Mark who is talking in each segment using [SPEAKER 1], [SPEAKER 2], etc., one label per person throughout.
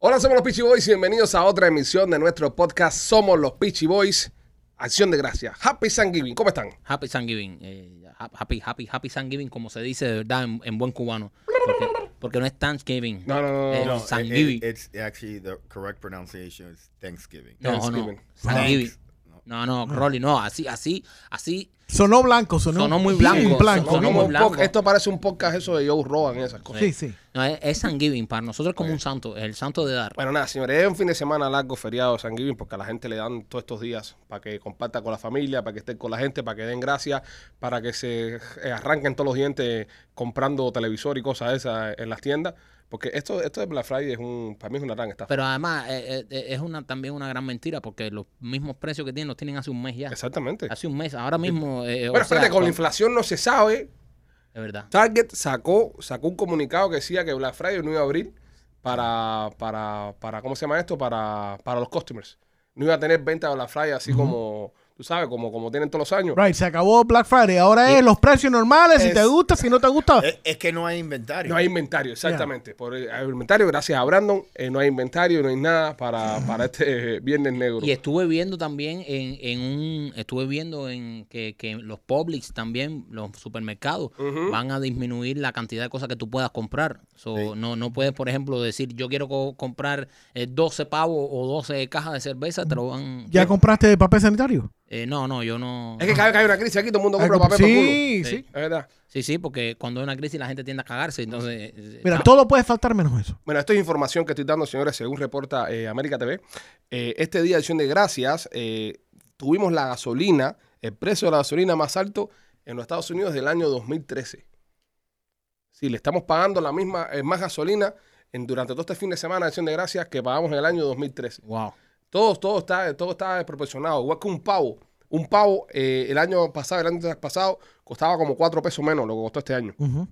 [SPEAKER 1] Hola, somos los Peachy Boys y bienvenidos a otra emisión de nuestro podcast Somos los Peachy Boys. Acción de gracias. Happy Thanksgiving. ¿Cómo están?
[SPEAKER 2] Happy Thanksgiving. eh, happy, happy, happy Thanksgiving, como se dice de verdad en, en buen cubano. Porque, porque no es Thanksgiving.
[SPEAKER 1] No, no, no, no,
[SPEAKER 2] Eh,
[SPEAKER 1] no.
[SPEAKER 2] no.
[SPEAKER 3] it-
[SPEAKER 2] Thanksgiving.
[SPEAKER 3] it- it's actually the correct pronunciation is Thanksgiving.
[SPEAKER 2] No, no, no.
[SPEAKER 1] Thanksgiving.
[SPEAKER 2] Thanksgiving.
[SPEAKER 3] Thanks. No.
[SPEAKER 2] No, no, Rolly, no. Así, así, así.
[SPEAKER 4] Sonó blanco, sonó.
[SPEAKER 2] Sonó muy
[SPEAKER 4] bien
[SPEAKER 2] blanco,
[SPEAKER 4] blanco.
[SPEAKER 2] sonó
[SPEAKER 1] Como
[SPEAKER 2] muy
[SPEAKER 1] un
[SPEAKER 2] blanco.
[SPEAKER 1] poc- Esto parece un podcast eso de Joe Rogan y esas cosas.
[SPEAKER 4] Sí, sí.
[SPEAKER 2] No, es, es Thanksgiving. Para nosotros es como un santo. Es el santo de dar.
[SPEAKER 1] Bueno, nada, señores, es un fin de semana largo, feriado, San Giving, porque a la gente le dan todos estos días para que comparta con la familia, para que esté con la gente, para que den gracias, para que se eh, arranquen todos los dientes comprando televisor y cosas esas en las tiendas. Porque esto, esto de Black Friday es un, para mí es una gran estafa.
[SPEAKER 2] Pero además eh, eh, eh, es una también una gran mentira porque los mismos precios que tienen los tienen hace un mes ya.
[SPEAKER 1] Exactamente.
[SPEAKER 2] Hace un mes. Ahora mismo. eh, o
[SPEAKER 1] Bueno, espérate,
[SPEAKER 2] sea,
[SPEAKER 1] con la
[SPEAKER 2] cuando-
[SPEAKER 1] inflación no se sabe.
[SPEAKER 2] Es verdad.
[SPEAKER 1] Target sacó, sacó un comunicado que decía que Black Friday no iba a abrir para, para, para ¿cómo se llama esto? Para, para los customers. No iba a tener venta de Black Friday así como, tú sabes, como, como tienen todos los años.
[SPEAKER 4] Right, se acabó Black Friday. Ahora es los precios normales, si
[SPEAKER 1] Es-
[SPEAKER 4] te gusta, si no te gusta.
[SPEAKER 3] Es, es que no hay inventario.
[SPEAKER 1] No hay inventario, exactamente. Por el, hay inventario, gracias a Brandon, eh, no hay inventario, no hay nada para, para este eh, viernes negro.
[SPEAKER 2] Y estuve viendo también en, en un, estuve viendo en que, que los Publix también, los supermercados, van a disminuir la cantidad de cosas que tú puedas comprar. So, no, no puedes, por ejemplo, decir yo quiero co- comprar eh, 12 pavos o 12 cajas de cerveza, te lo van.
[SPEAKER 4] ¿Ya compraste papel sanitario?
[SPEAKER 2] Eh, no, no, eh, yo no.
[SPEAKER 1] Es que cada vez que hay una crisis aquí, todo el mundo compra
[SPEAKER 4] Ah,
[SPEAKER 1] papel por culo.
[SPEAKER 4] sí, sí,
[SPEAKER 2] Sí.
[SPEAKER 1] Es verdad.
[SPEAKER 2] Sí, sí, porque cuando hay una crisis la gente tiende a cagarse, entonces. eh,
[SPEAKER 4] Mira,
[SPEAKER 2] ah,
[SPEAKER 4] todo puede faltar menos eso.
[SPEAKER 1] Bueno, esto es información que estoy dando, señores, según reporta eh, América TV. Eh, este día de acción de gracias, eh, tuvimos la gasolina, el precio de la gasolina más alto en los Estados Unidos del año 2013. Sí, le estamos pagando la misma, eh, más gasolina en, durante todo este fin de semana de acción de gracias que pagamos en el año 2013.
[SPEAKER 2] Wow.
[SPEAKER 1] Todo, todo está, todo está desproporcionado. Igual que un pavo. Un pavo eh, el año pasado, el año pasado, costaba como cuatro pesos menos lo que costó este año.
[SPEAKER 4] Ujú.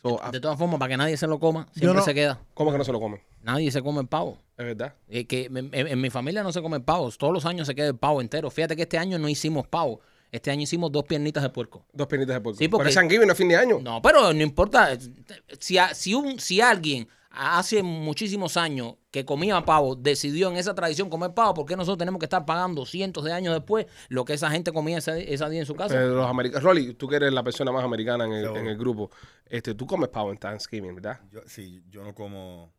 [SPEAKER 1] So, ah,
[SPEAKER 2] De todas formas, para que nadie se lo coma, siempre
[SPEAKER 4] no-
[SPEAKER 2] se queda.
[SPEAKER 1] ¿Cómo que no se lo comen?
[SPEAKER 2] Nadie se come el pavo.
[SPEAKER 1] Es verdad.
[SPEAKER 2] Eh, que en, en- en mi familia no se come pavos. Todos los años se queda el pavo entero. Fíjate que este año no hicimos pavo. Este año hicimos dos piernitas de puerco.
[SPEAKER 1] Dos pinitas de puerco.
[SPEAKER 2] Sí, porque-
[SPEAKER 1] Pero es San Giving no es fin de año.
[SPEAKER 2] No, pero no importa. Si, a- si, un, si alguien hace muchísimos años que comía pavo decidió en esa tradición comer pavo, ¿por qué nosotros tenemos que estar pagando cientos de años después lo que esa gente comía ese, ese día en su casa?
[SPEAKER 1] Eh, los americanos. Rolly, tú que eres la persona más americana en el,
[SPEAKER 3] Seguro.
[SPEAKER 1] en el grupo. Este, tú comes pavo en Thanksgiving, ¿verdad?
[SPEAKER 3] Yo, sí, yo no como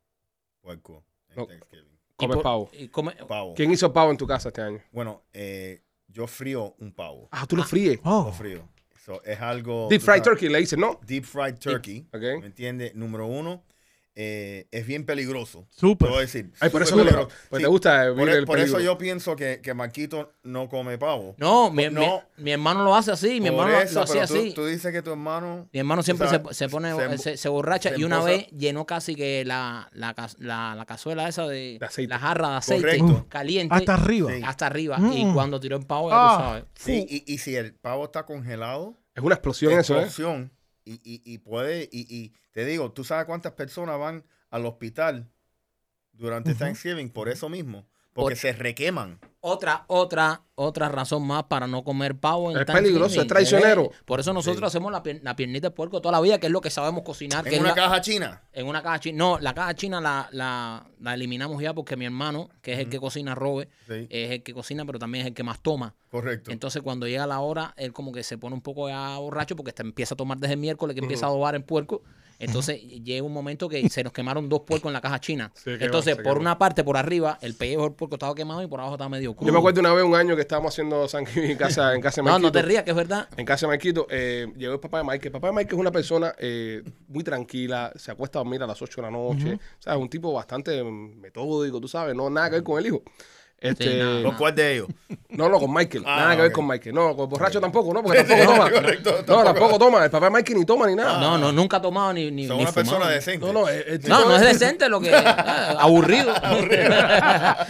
[SPEAKER 3] puerco en
[SPEAKER 1] No.
[SPEAKER 3] Thanksgiving.
[SPEAKER 2] Y
[SPEAKER 1] Comes
[SPEAKER 2] por-
[SPEAKER 1] pavo.
[SPEAKER 2] y come-
[SPEAKER 3] Pavo.
[SPEAKER 1] ¿Quién hizo pavo en tu casa este año?
[SPEAKER 3] Bueno, eh, yo frío un pavo.
[SPEAKER 1] Ah, tú lo fríes.
[SPEAKER 3] Lo
[SPEAKER 4] Oh.
[SPEAKER 3] frío. So, es algo.
[SPEAKER 1] Deep
[SPEAKER 3] tú
[SPEAKER 1] fried
[SPEAKER 3] sabes,
[SPEAKER 1] turkey le dicen, ¿no?
[SPEAKER 3] Deep fried turkey.
[SPEAKER 1] Ok.
[SPEAKER 3] ¿Me entiendes? Número uno. eh, es bien peligroso.
[SPEAKER 4] Súper.
[SPEAKER 3] Te voy a decir.
[SPEAKER 1] Ay, por
[SPEAKER 3] súper
[SPEAKER 1] eso que le-
[SPEAKER 3] peligroso.
[SPEAKER 1] pues te gusta vivir
[SPEAKER 3] por, e-
[SPEAKER 1] el
[SPEAKER 3] por eso
[SPEAKER 1] peligro.
[SPEAKER 3] yo pienso que, que Marquito no come pavo.
[SPEAKER 2] No, mi,
[SPEAKER 3] No.
[SPEAKER 2] Mi, mi hermano lo hace así. Mi
[SPEAKER 3] Por
[SPEAKER 2] hermano lo-
[SPEAKER 3] eso,
[SPEAKER 2] lo hacía
[SPEAKER 3] pero tú-
[SPEAKER 2] así.
[SPEAKER 3] Tú, dices que tu hermano.
[SPEAKER 2] Mi hermano
[SPEAKER 3] tú
[SPEAKER 2] siempre se,
[SPEAKER 3] sabes,
[SPEAKER 2] se pone,
[SPEAKER 3] se-
[SPEAKER 2] eh, se, se borracha
[SPEAKER 3] se
[SPEAKER 2] y una
[SPEAKER 3] embosa.
[SPEAKER 2] vez llenó casi que la, la, ca- la- la cazuela esa de,
[SPEAKER 1] De aceite.
[SPEAKER 2] la jarra de aceite
[SPEAKER 3] Correcto.
[SPEAKER 2] caliente
[SPEAKER 4] Hasta arriba.
[SPEAKER 3] Sí.
[SPEAKER 2] hasta arriba.
[SPEAKER 4] Mm.
[SPEAKER 2] Y cuando tiró el pavo, ya
[SPEAKER 4] Ah.
[SPEAKER 2] tú sabes.
[SPEAKER 3] Sí, y, y si el pavo está congelado,
[SPEAKER 1] Es una explosión eso, ¿eh?
[SPEAKER 3] explosión, y, y, y puede, y, y te digo, tú sabes cuántas personas van al hospital durante
[SPEAKER 4] Ujú.
[SPEAKER 3] Thanksgiving por eso mismo, porque
[SPEAKER 2] Por-
[SPEAKER 3] se requeman.
[SPEAKER 2] Otra, otra, otra razón más para no comer pavo en
[SPEAKER 1] Es
[SPEAKER 2] Thanksgiving.
[SPEAKER 1] peligroso, es traicionero.
[SPEAKER 2] Eh, Por eso nosotros
[SPEAKER 3] Sí.
[SPEAKER 2] hacemos la, pier- la piernita de puerco toda la vida, que es lo que sabemos cocinar. Ah, que
[SPEAKER 3] En
[SPEAKER 2] es
[SPEAKER 3] una
[SPEAKER 2] la-
[SPEAKER 3] caja china.
[SPEAKER 2] En una caja china. No, la caja china la, la, la eliminamos ya porque mi hermano, que es el que cocina robe,
[SPEAKER 3] Sí,
[SPEAKER 2] es el que cocina, pero también es el que más toma.
[SPEAKER 3] correcto.
[SPEAKER 2] Entonces, cuando llega la hora, él como que se pone un poco ya borracho porque te empieza a tomar desde el miércoles, que empieza a adobar el puerco. Entonces, llega un momento que se nos quemaron dos puercos en la caja china.
[SPEAKER 1] Se quemó,
[SPEAKER 2] Entonces,
[SPEAKER 1] se
[SPEAKER 2] por
[SPEAKER 1] quemó.
[SPEAKER 2] una parte, por arriba, el pellejo del puerco estaba quemado y por abajo estaba medio crudo.
[SPEAKER 1] Yo me acuerdo una vez, un año que estábamos haciendo San Giving en casa, en casa de
[SPEAKER 2] No, no
[SPEAKER 1] Marquito.
[SPEAKER 2] te rías, que es verdad.
[SPEAKER 1] En casa de Marquito, eh, llegó el papá de Mike. El papá de Mike es una persona eh, muy tranquila, se acuesta a dormir a las 8 de la noche. O sea, es un tipo bastante mm, metódico, tú sabes, no nada que ver con el hijo. Este,
[SPEAKER 2] Sí, nada,
[SPEAKER 3] ¿Lo cual de ellos?
[SPEAKER 1] No, no, con Michael.
[SPEAKER 3] Ah,
[SPEAKER 1] nada que ver
[SPEAKER 3] ok.
[SPEAKER 1] con Michael. No, con borracho tampoco, ¿no? Porque tampoco toma. no, tampoco toma. El papá de Michael ni toma ni nada.
[SPEAKER 2] No, no, nunca ha tomado ni, ni,
[SPEAKER 3] Son
[SPEAKER 2] ni
[SPEAKER 3] una
[SPEAKER 2] fumado.
[SPEAKER 3] persona decente.
[SPEAKER 1] No, no, el, el tipo
[SPEAKER 2] No, no es decente lo que... ah, aburrido.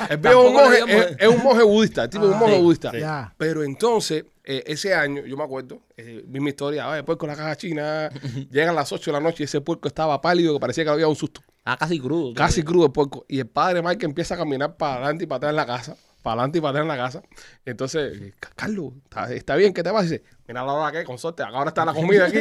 [SPEAKER 1] el viejo es un
[SPEAKER 2] Tampoco
[SPEAKER 1] monje,
[SPEAKER 2] digamos- Ah,
[SPEAKER 1] es, es un monje budista. El tipo es un monje
[SPEAKER 2] sí,
[SPEAKER 1] budista.
[SPEAKER 3] sí.
[SPEAKER 4] Ya.
[SPEAKER 1] Pero entonces, eh, ese año, yo me acuerdo, eh, vi mi historia, ah, el puerco en la caja china, llegan las 8 de la noche y ese puerco estaba pálido que parecía que había un susto.
[SPEAKER 2] Está Ah, casi crudo.
[SPEAKER 1] Casi crudo el puerco. Y el padre Mike empieza a caminar para adelante y para atrás en la casa. Para adelante y para atrás en la casa. Entonces, eh, Carlos, ¿está, está bien? ¿Qué te pasa? Y dice, Mira la hora que, consorte, ahora está la comida aquí.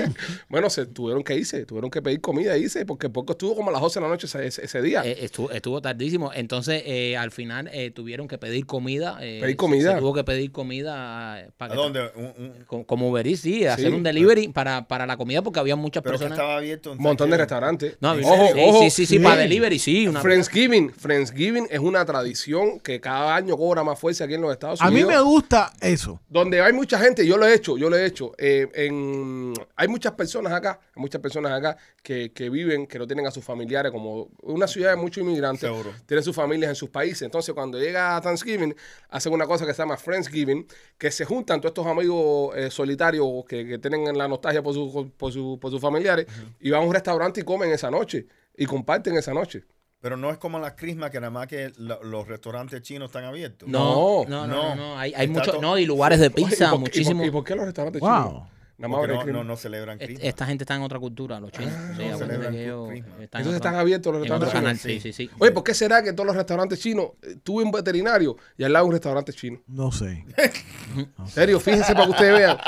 [SPEAKER 1] bueno, se tuvieron que irse, tuvieron que pedir comida, irse, porque poco estuvo como a las 12 de la noche ese, ese- ese día.
[SPEAKER 2] Eh, estuvo, estuvo tardísimo. Entonces, eh, al final eh, tuvieron que pedir comida. eh,
[SPEAKER 1] ¿Pedir
[SPEAKER 2] se-
[SPEAKER 1] comida?
[SPEAKER 2] se tuvo que pedir comida. eh,
[SPEAKER 3] ¿A
[SPEAKER 2] Para que-
[SPEAKER 3] dónde? Un- un-
[SPEAKER 2] co- Como Uber Eats, sí, hacer un
[SPEAKER 1] pero-
[SPEAKER 2] delivery para, para la comida porque había muchas
[SPEAKER 3] pero que
[SPEAKER 2] personas.
[SPEAKER 3] estaba abierto.
[SPEAKER 1] Un montón de restaurantes.
[SPEAKER 2] No, había-
[SPEAKER 1] ojo,
[SPEAKER 2] sí,
[SPEAKER 1] ojo.
[SPEAKER 2] sí, sí, sí, para
[SPEAKER 4] sí.
[SPEAKER 2] delivery, sí. Una,
[SPEAKER 1] Friendsgiving. Friendsgiving es una tradición que cada año cobra más fuerza aquí en los Estados
[SPEAKER 4] A
[SPEAKER 1] Unidos.
[SPEAKER 4] mí me gusta eso.
[SPEAKER 1] Donde hay mucha gente, yo lo he hecho, yo lo he hecho. eh, en- hay muchas personas acá, hay muchas personas acá que, que viven, que no tienen a sus familiares, como una ciudad de muchos inmigrantes,
[SPEAKER 3] Seguro.
[SPEAKER 1] tienen sus familias en sus países. Entonces, cuando llega Thanksgiving, hacen una cosa que se llama Friendsgiving, que se juntan todos estos amigos eh, solitarios que, que tienen la nostalgia por, su- por, su- por sus familiares y van a un restaurante y comen esa noche y comparten esa noche.
[SPEAKER 3] Pero no es como las crismas que nada más que la- los restaurantes chinos están abiertos.
[SPEAKER 2] No,
[SPEAKER 1] No,
[SPEAKER 2] no, no, no,
[SPEAKER 3] no.
[SPEAKER 2] no, Hay, hay
[SPEAKER 3] Está
[SPEAKER 2] muchos,
[SPEAKER 3] to-
[SPEAKER 2] no, y lugares de
[SPEAKER 1] ¿Y por-
[SPEAKER 2] pizza,
[SPEAKER 1] y por-
[SPEAKER 2] muchísimo.
[SPEAKER 1] ¿Y por qué los restaurantes
[SPEAKER 4] Wow.
[SPEAKER 1] chinos? Nada más
[SPEAKER 3] Porque
[SPEAKER 1] habrá
[SPEAKER 3] no,
[SPEAKER 1] crimen.
[SPEAKER 3] no, no celebran
[SPEAKER 2] Est-
[SPEAKER 3] crismas.
[SPEAKER 2] Esta gente está en otra cultura, los chinos.
[SPEAKER 1] Ah,
[SPEAKER 2] Sí,
[SPEAKER 3] no
[SPEAKER 2] acuérdate
[SPEAKER 3] celebran
[SPEAKER 2] que ellos
[SPEAKER 3] Christmas.
[SPEAKER 2] están en
[SPEAKER 1] Entonces
[SPEAKER 2] otra-
[SPEAKER 1] están abiertos los
[SPEAKER 2] en otro
[SPEAKER 1] restaurantes chinos.
[SPEAKER 2] canal,
[SPEAKER 3] restaurantes
[SPEAKER 2] sí,
[SPEAKER 3] chinos,
[SPEAKER 2] sí, sí.
[SPEAKER 1] Oye, ¿por qué será que todos los restaurantes chinos eh, tuve un veterinario y al lado un restaurante chino?
[SPEAKER 4] No sé.
[SPEAKER 1] En serio, fíjense para que ustedes vean.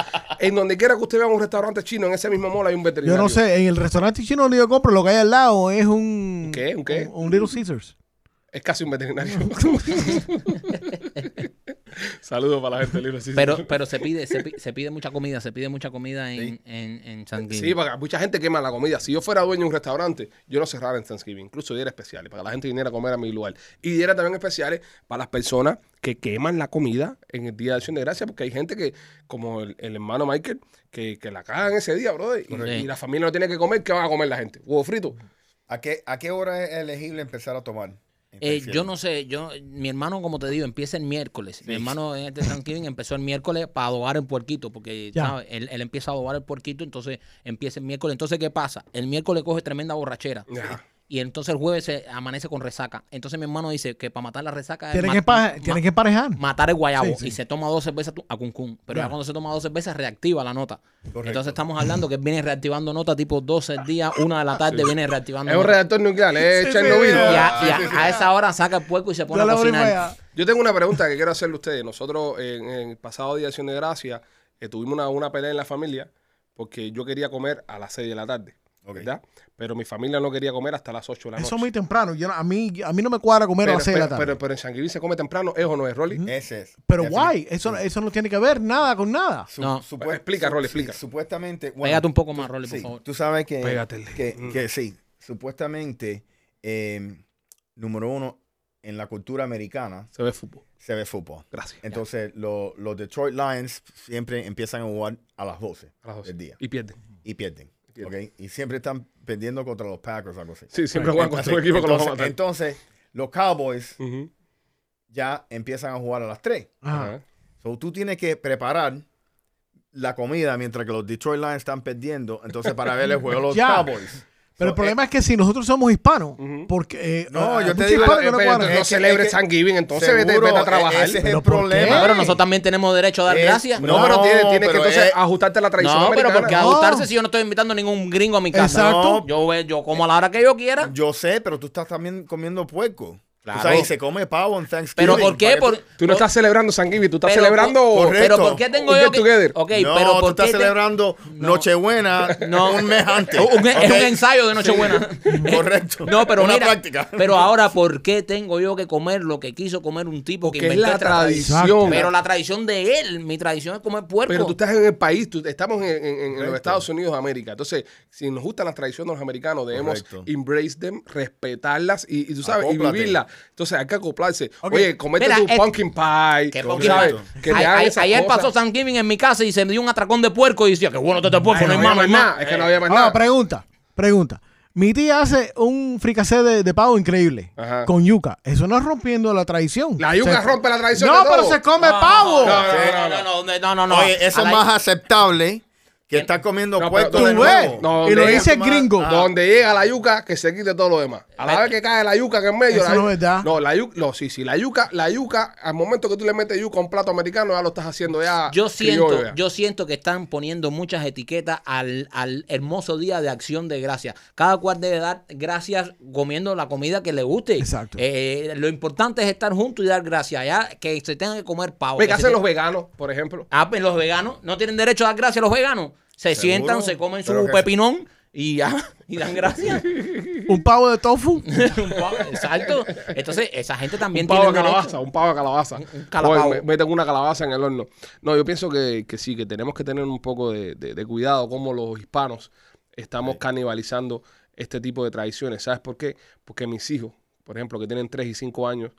[SPEAKER 1] En donde quiera que ustedes vean un restaurante chino, en ese mismo mall hay un
[SPEAKER 4] Yo
[SPEAKER 1] veterinario.
[SPEAKER 4] no sé. En el restaurante chino donde yo compro, lo que hay al lado es un.
[SPEAKER 1] ¿Un qué? ¿Un qué?
[SPEAKER 4] Un, un Little Caesars.
[SPEAKER 1] Es casi un veterinario. Saludos para la gente libre. Sí, sí.
[SPEAKER 2] Pero, pero se pide, se pi- se pide mucha comida, se pide mucha comida en, en, en Thanksgiving.
[SPEAKER 1] Sí, porque mucha gente quema la comida. Si yo fuera dueño de un restaurante, yo no cerrara en Thanksgiving. Incluso diera especiales para que la gente viniera a comer a mi lugar. Y diera también especiales para las personas que queman la comida en el Día de Acción de Gracia, porque hay gente que, como el, el hermano Michael, que, que la cagan ese día, brother. Y,
[SPEAKER 2] Correcto.
[SPEAKER 1] y la familia no tiene que comer. ¿Qué van a comer la gente? Huevo frito.
[SPEAKER 3] ¿A qué, ¿A qué hora es elegible empezar a tomar? en
[SPEAKER 2] Eh,
[SPEAKER 3] Thanksgiving?
[SPEAKER 2] yo no sé, yo mi hermano, como te digo, empieza el miércoles. Mi hermano en este Thanksgiving empezó el miércoles para adobar el puerquito, porque
[SPEAKER 4] Ya.
[SPEAKER 2] ¿sabes? Él, él empieza a adobar el puerquito, entonces empieza el miércoles. Entonces, ¿qué pasa? El miércoles coge tremenda borrachera.
[SPEAKER 1] Ajá.
[SPEAKER 2] Y entonces el jueves se amanece con resaca. Entonces mi hermano dice que para matar la resaca es
[SPEAKER 4] Tienen
[SPEAKER 2] Ah, ma-
[SPEAKER 4] que, pa-
[SPEAKER 2] ma-
[SPEAKER 4] tienen que parejar.
[SPEAKER 2] matar el guayabo.
[SPEAKER 4] Sí, sí.
[SPEAKER 2] Y se toma dos cervezas tu- a Kun Kun. Pero
[SPEAKER 4] Ya.
[SPEAKER 2] ya cuando se toma dos cervezas reactiva la nota.
[SPEAKER 3] Correcto.
[SPEAKER 2] Entonces estamos hablando que él viene reactivando nota tipo 12 días, una de la tarde viene reactivando
[SPEAKER 1] Es un
[SPEAKER 2] nota.
[SPEAKER 1] redactor nuclear, es
[SPEAKER 4] Sí,
[SPEAKER 1] Chernobyl.
[SPEAKER 4] sí,
[SPEAKER 2] Y
[SPEAKER 4] ya.
[SPEAKER 1] Ah,
[SPEAKER 2] a, y a- a esa hora saca el puerco y se pone
[SPEAKER 4] Dale
[SPEAKER 2] a
[SPEAKER 4] la broma
[SPEAKER 2] cocinar.
[SPEAKER 4] ya.
[SPEAKER 1] Yo tengo una pregunta que quiero hacerle a ustedes. Nosotros en, en el pasado Día de Acción de Gracia eh, tuvimos una, una pelea en la familia porque yo quería comer a las 6 de la tarde.
[SPEAKER 3] Ok.
[SPEAKER 1] ¿Verdad? Pero mi familia no quería comer hasta las 8 de la noche.
[SPEAKER 4] Eso es muy temprano. Yo, no- a, mí, a mí no me cuadra comer
[SPEAKER 1] pero,
[SPEAKER 4] a las seis de la
[SPEAKER 1] pero-
[SPEAKER 4] tarde.
[SPEAKER 1] pero- pero en Shanghái se come temprano, ¿es o no es, Rolly?
[SPEAKER 3] Ese es.
[SPEAKER 4] Pero
[SPEAKER 3] Definit-
[SPEAKER 4] guay, eso, eso no tiene que ver nada con nada.
[SPEAKER 3] Su-
[SPEAKER 2] No.
[SPEAKER 3] supue-
[SPEAKER 1] Pues Explica,
[SPEAKER 3] su-
[SPEAKER 1] Rolly,
[SPEAKER 3] sí,
[SPEAKER 1] explica.
[SPEAKER 3] Supuestamente. bueno,
[SPEAKER 2] Pégate un poco más, Rolly, por
[SPEAKER 3] sí, Eh.
[SPEAKER 2] favor.
[SPEAKER 3] Tú sabes que.
[SPEAKER 1] Pégatele.
[SPEAKER 3] Que,
[SPEAKER 1] Mm.
[SPEAKER 3] que sí. Supuestamente, eh, número uno, en la cultura americana
[SPEAKER 1] Se ve fútbol.
[SPEAKER 3] se ve fútbol.
[SPEAKER 1] Gracias.
[SPEAKER 3] Entonces, lo- los Detroit Lions siempre empiezan a jugar a las 12
[SPEAKER 1] A las 12.
[SPEAKER 3] del día
[SPEAKER 1] Y pierden.
[SPEAKER 3] y pierden.
[SPEAKER 1] Entiendo.
[SPEAKER 3] ¿ok? Y siempre están perdiendo contra los Packers algo así.
[SPEAKER 1] Sí, siempre juegan contra un equipo que los va a
[SPEAKER 3] entonces,
[SPEAKER 1] matar.
[SPEAKER 3] entonces, los Cowboys
[SPEAKER 1] Ujú.
[SPEAKER 3] ya empiezan a jugar a las 3.
[SPEAKER 4] Ajá.
[SPEAKER 1] Ajá.
[SPEAKER 3] So, tú tienes que preparar la comida mientras que los Detroit Lions están perdiendo, entonces para ver el juego de los
[SPEAKER 4] Ya.
[SPEAKER 3] Cowboys.
[SPEAKER 4] Pero el
[SPEAKER 3] So, eh,
[SPEAKER 4] problema es que si nosotros somos hispanos,
[SPEAKER 1] eh, Ujú.
[SPEAKER 4] porque... eh,
[SPEAKER 3] No,
[SPEAKER 4] hay
[SPEAKER 3] yo te
[SPEAKER 4] muchos
[SPEAKER 3] digo,
[SPEAKER 4] hispanos
[SPEAKER 1] Pero,
[SPEAKER 4] que no
[SPEAKER 1] pero
[SPEAKER 4] cuadran.
[SPEAKER 1] entonces no
[SPEAKER 3] Es que-
[SPEAKER 1] celebres
[SPEAKER 3] es que-
[SPEAKER 1] Thanksgiving, entonces vete,
[SPEAKER 3] seguro,
[SPEAKER 1] vete a
[SPEAKER 3] e-
[SPEAKER 1] trabajar.
[SPEAKER 3] Ese es
[SPEAKER 4] ¿Pero
[SPEAKER 3] el
[SPEAKER 4] por qué?
[SPEAKER 3] problema.
[SPEAKER 2] Pero nosotros también tenemos derecho a dar
[SPEAKER 3] Eh,
[SPEAKER 2] gracias.
[SPEAKER 1] No, pero
[SPEAKER 3] No,
[SPEAKER 1] tienes, tienes
[SPEAKER 3] pero
[SPEAKER 1] que entonces
[SPEAKER 3] es-
[SPEAKER 1] ajustarte a la tradición
[SPEAKER 2] No, pero
[SPEAKER 1] americana.
[SPEAKER 2] porque
[SPEAKER 4] No.
[SPEAKER 2] ajustarse si yo no estoy invitando a ningún gringo a mi casa.
[SPEAKER 4] Exacto.
[SPEAKER 3] No.
[SPEAKER 2] Yo, ve- yo como a la hora que yo quiera.
[SPEAKER 3] Yo sé, pero tú estás también comiendo puerco.
[SPEAKER 2] Claro.
[SPEAKER 3] O sea, y se come pavo en Thanksgiving.
[SPEAKER 2] Pero ¿por qué?
[SPEAKER 3] Para que tú-
[SPEAKER 2] Por-
[SPEAKER 1] Tú no estás celebrando Thanksgiving, tú estás
[SPEAKER 2] pero-
[SPEAKER 1] celebrando...
[SPEAKER 3] correcto.
[SPEAKER 2] Pero ¿por qué tengo
[SPEAKER 1] Un
[SPEAKER 2] yo
[SPEAKER 1] get
[SPEAKER 2] que...
[SPEAKER 1] together.
[SPEAKER 2] Ok,
[SPEAKER 3] no,
[SPEAKER 2] pero ¿por
[SPEAKER 3] tú estás
[SPEAKER 2] qué te-
[SPEAKER 3] celebrando
[SPEAKER 2] No.
[SPEAKER 3] Nochebuena
[SPEAKER 2] No.
[SPEAKER 3] un mes antes.
[SPEAKER 2] Un- un- Es
[SPEAKER 3] ¿ok?
[SPEAKER 2] un ensayo de Nochebuena.
[SPEAKER 3] Correcto.
[SPEAKER 2] No, pero
[SPEAKER 3] Una
[SPEAKER 2] mira,
[SPEAKER 3] práctica.
[SPEAKER 2] pero ahora, ¿por qué tengo yo que comer lo que quiso comer un tipo
[SPEAKER 1] Porque
[SPEAKER 2] que
[SPEAKER 1] es
[SPEAKER 2] inventó
[SPEAKER 1] la
[SPEAKER 2] esta tradición?
[SPEAKER 1] tradición.
[SPEAKER 2] Pero la tradición de él, mi tradición es comer puerco.
[SPEAKER 1] Pero tú estás en el país, tú- estamos en, en- en los
[SPEAKER 3] Correcto.
[SPEAKER 1] Estados Unidos de América. Entonces, si nos gustan las tradiciones de los americanos, debemos
[SPEAKER 3] Correcto.
[SPEAKER 1] embrace them, respetarlas y, y tú sabes, y
[SPEAKER 3] Acóplate.
[SPEAKER 1] vivirlas. Entonces, hay que acoplarse.
[SPEAKER 4] Ok.
[SPEAKER 1] Oye, comete
[SPEAKER 2] Mira,
[SPEAKER 1] tu
[SPEAKER 2] es-
[SPEAKER 1] pumpkin pie.
[SPEAKER 2] Que
[SPEAKER 1] tú
[SPEAKER 2] ponga-
[SPEAKER 1] sabes, que te
[SPEAKER 2] Ay-
[SPEAKER 1] hagan
[SPEAKER 2] ay-
[SPEAKER 1] esas
[SPEAKER 2] ayer
[SPEAKER 1] cosas.
[SPEAKER 2] pasó Thanksgiving en mi casa y se me dio un atracón de puerco y decía que bueno te puerco,
[SPEAKER 1] Ay,
[SPEAKER 2] no hay
[SPEAKER 1] había
[SPEAKER 2] más, no hay más.
[SPEAKER 1] nada, Es que no había más pues
[SPEAKER 4] Ahora,
[SPEAKER 1] nada.
[SPEAKER 4] Ah, pregunta, pregunta. Mi tía hace un fricasé de, de pavo increíble
[SPEAKER 1] Ajá.
[SPEAKER 4] con yuca. Eso no es rompiendo la tradición.
[SPEAKER 1] La yuca rompe la tradición
[SPEAKER 4] No,
[SPEAKER 1] de
[SPEAKER 4] pero
[SPEAKER 2] Ah.
[SPEAKER 1] todo.
[SPEAKER 4] se come
[SPEAKER 2] No,
[SPEAKER 4] pavo.
[SPEAKER 1] No, no, no,
[SPEAKER 2] No, no, no, no, no, no, no.
[SPEAKER 3] Oye, eso
[SPEAKER 2] A
[SPEAKER 3] es
[SPEAKER 2] la-
[SPEAKER 3] más aceptable que está comiendo
[SPEAKER 1] No,
[SPEAKER 3] puerco
[SPEAKER 1] pero-
[SPEAKER 3] de
[SPEAKER 4] Tú ves,
[SPEAKER 3] nuevo.
[SPEAKER 1] No,
[SPEAKER 4] y lo
[SPEAKER 1] de-
[SPEAKER 4] dice el
[SPEAKER 3] Ah,
[SPEAKER 4] gringo.
[SPEAKER 3] ah,
[SPEAKER 1] Donde llega la yuca, que se quite todo lo demás. A la
[SPEAKER 2] Pero-
[SPEAKER 1] vez que cae la yuca que en medio.
[SPEAKER 4] Eso
[SPEAKER 1] la yu-
[SPEAKER 4] no es verdad.
[SPEAKER 1] No, la yuca, no, sí, sí. La yuca, la yuca, al momento que tú le metes yuca a un plato americano, ya lo estás haciendo ya.
[SPEAKER 2] Yo
[SPEAKER 1] criollo
[SPEAKER 2] siento,
[SPEAKER 1] ya.
[SPEAKER 2] yo siento que están poniendo muchas etiquetas al, al hermoso día de acción de gracias. Cada cual debe dar gracias comiendo la comida que le guste.
[SPEAKER 4] Exacto.
[SPEAKER 2] Eh, lo importante es estar juntos y dar gracias. Ya que se tengan que comer pavo.
[SPEAKER 1] Ve,
[SPEAKER 2] que
[SPEAKER 1] ¿Qué
[SPEAKER 2] se
[SPEAKER 1] hacen
[SPEAKER 2] te-
[SPEAKER 1] los veganos, por ejemplo?
[SPEAKER 2] Ah, pues los veganos no tienen derecho a dar gracias los veganos. Se
[SPEAKER 3] Seguro,
[SPEAKER 2] sientan, se comen
[SPEAKER 3] pero
[SPEAKER 2] su
[SPEAKER 3] que-
[SPEAKER 2] pepinón y ya, y dan gracias.
[SPEAKER 4] Un pavo de tofu.
[SPEAKER 2] Un pavo, Exacto. Entonces, esa gente también
[SPEAKER 1] Un pavo de
[SPEAKER 2] tiene derecho.
[SPEAKER 1] calabaza, un pavo de calabaza.
[SPEAKER 2] un calapavo.
[SPEAKER 1] Oye, me- meten una calabaza en el horno. No, yo pienso que, que sí, que tenemos que tener un poco de, de- de cuidado como los hispanos estamos canibalizando este tipo de tradiciones. ¿Sabes por qué? Porque mis hijos, por ejemplo, que tienen 3 y 5 años,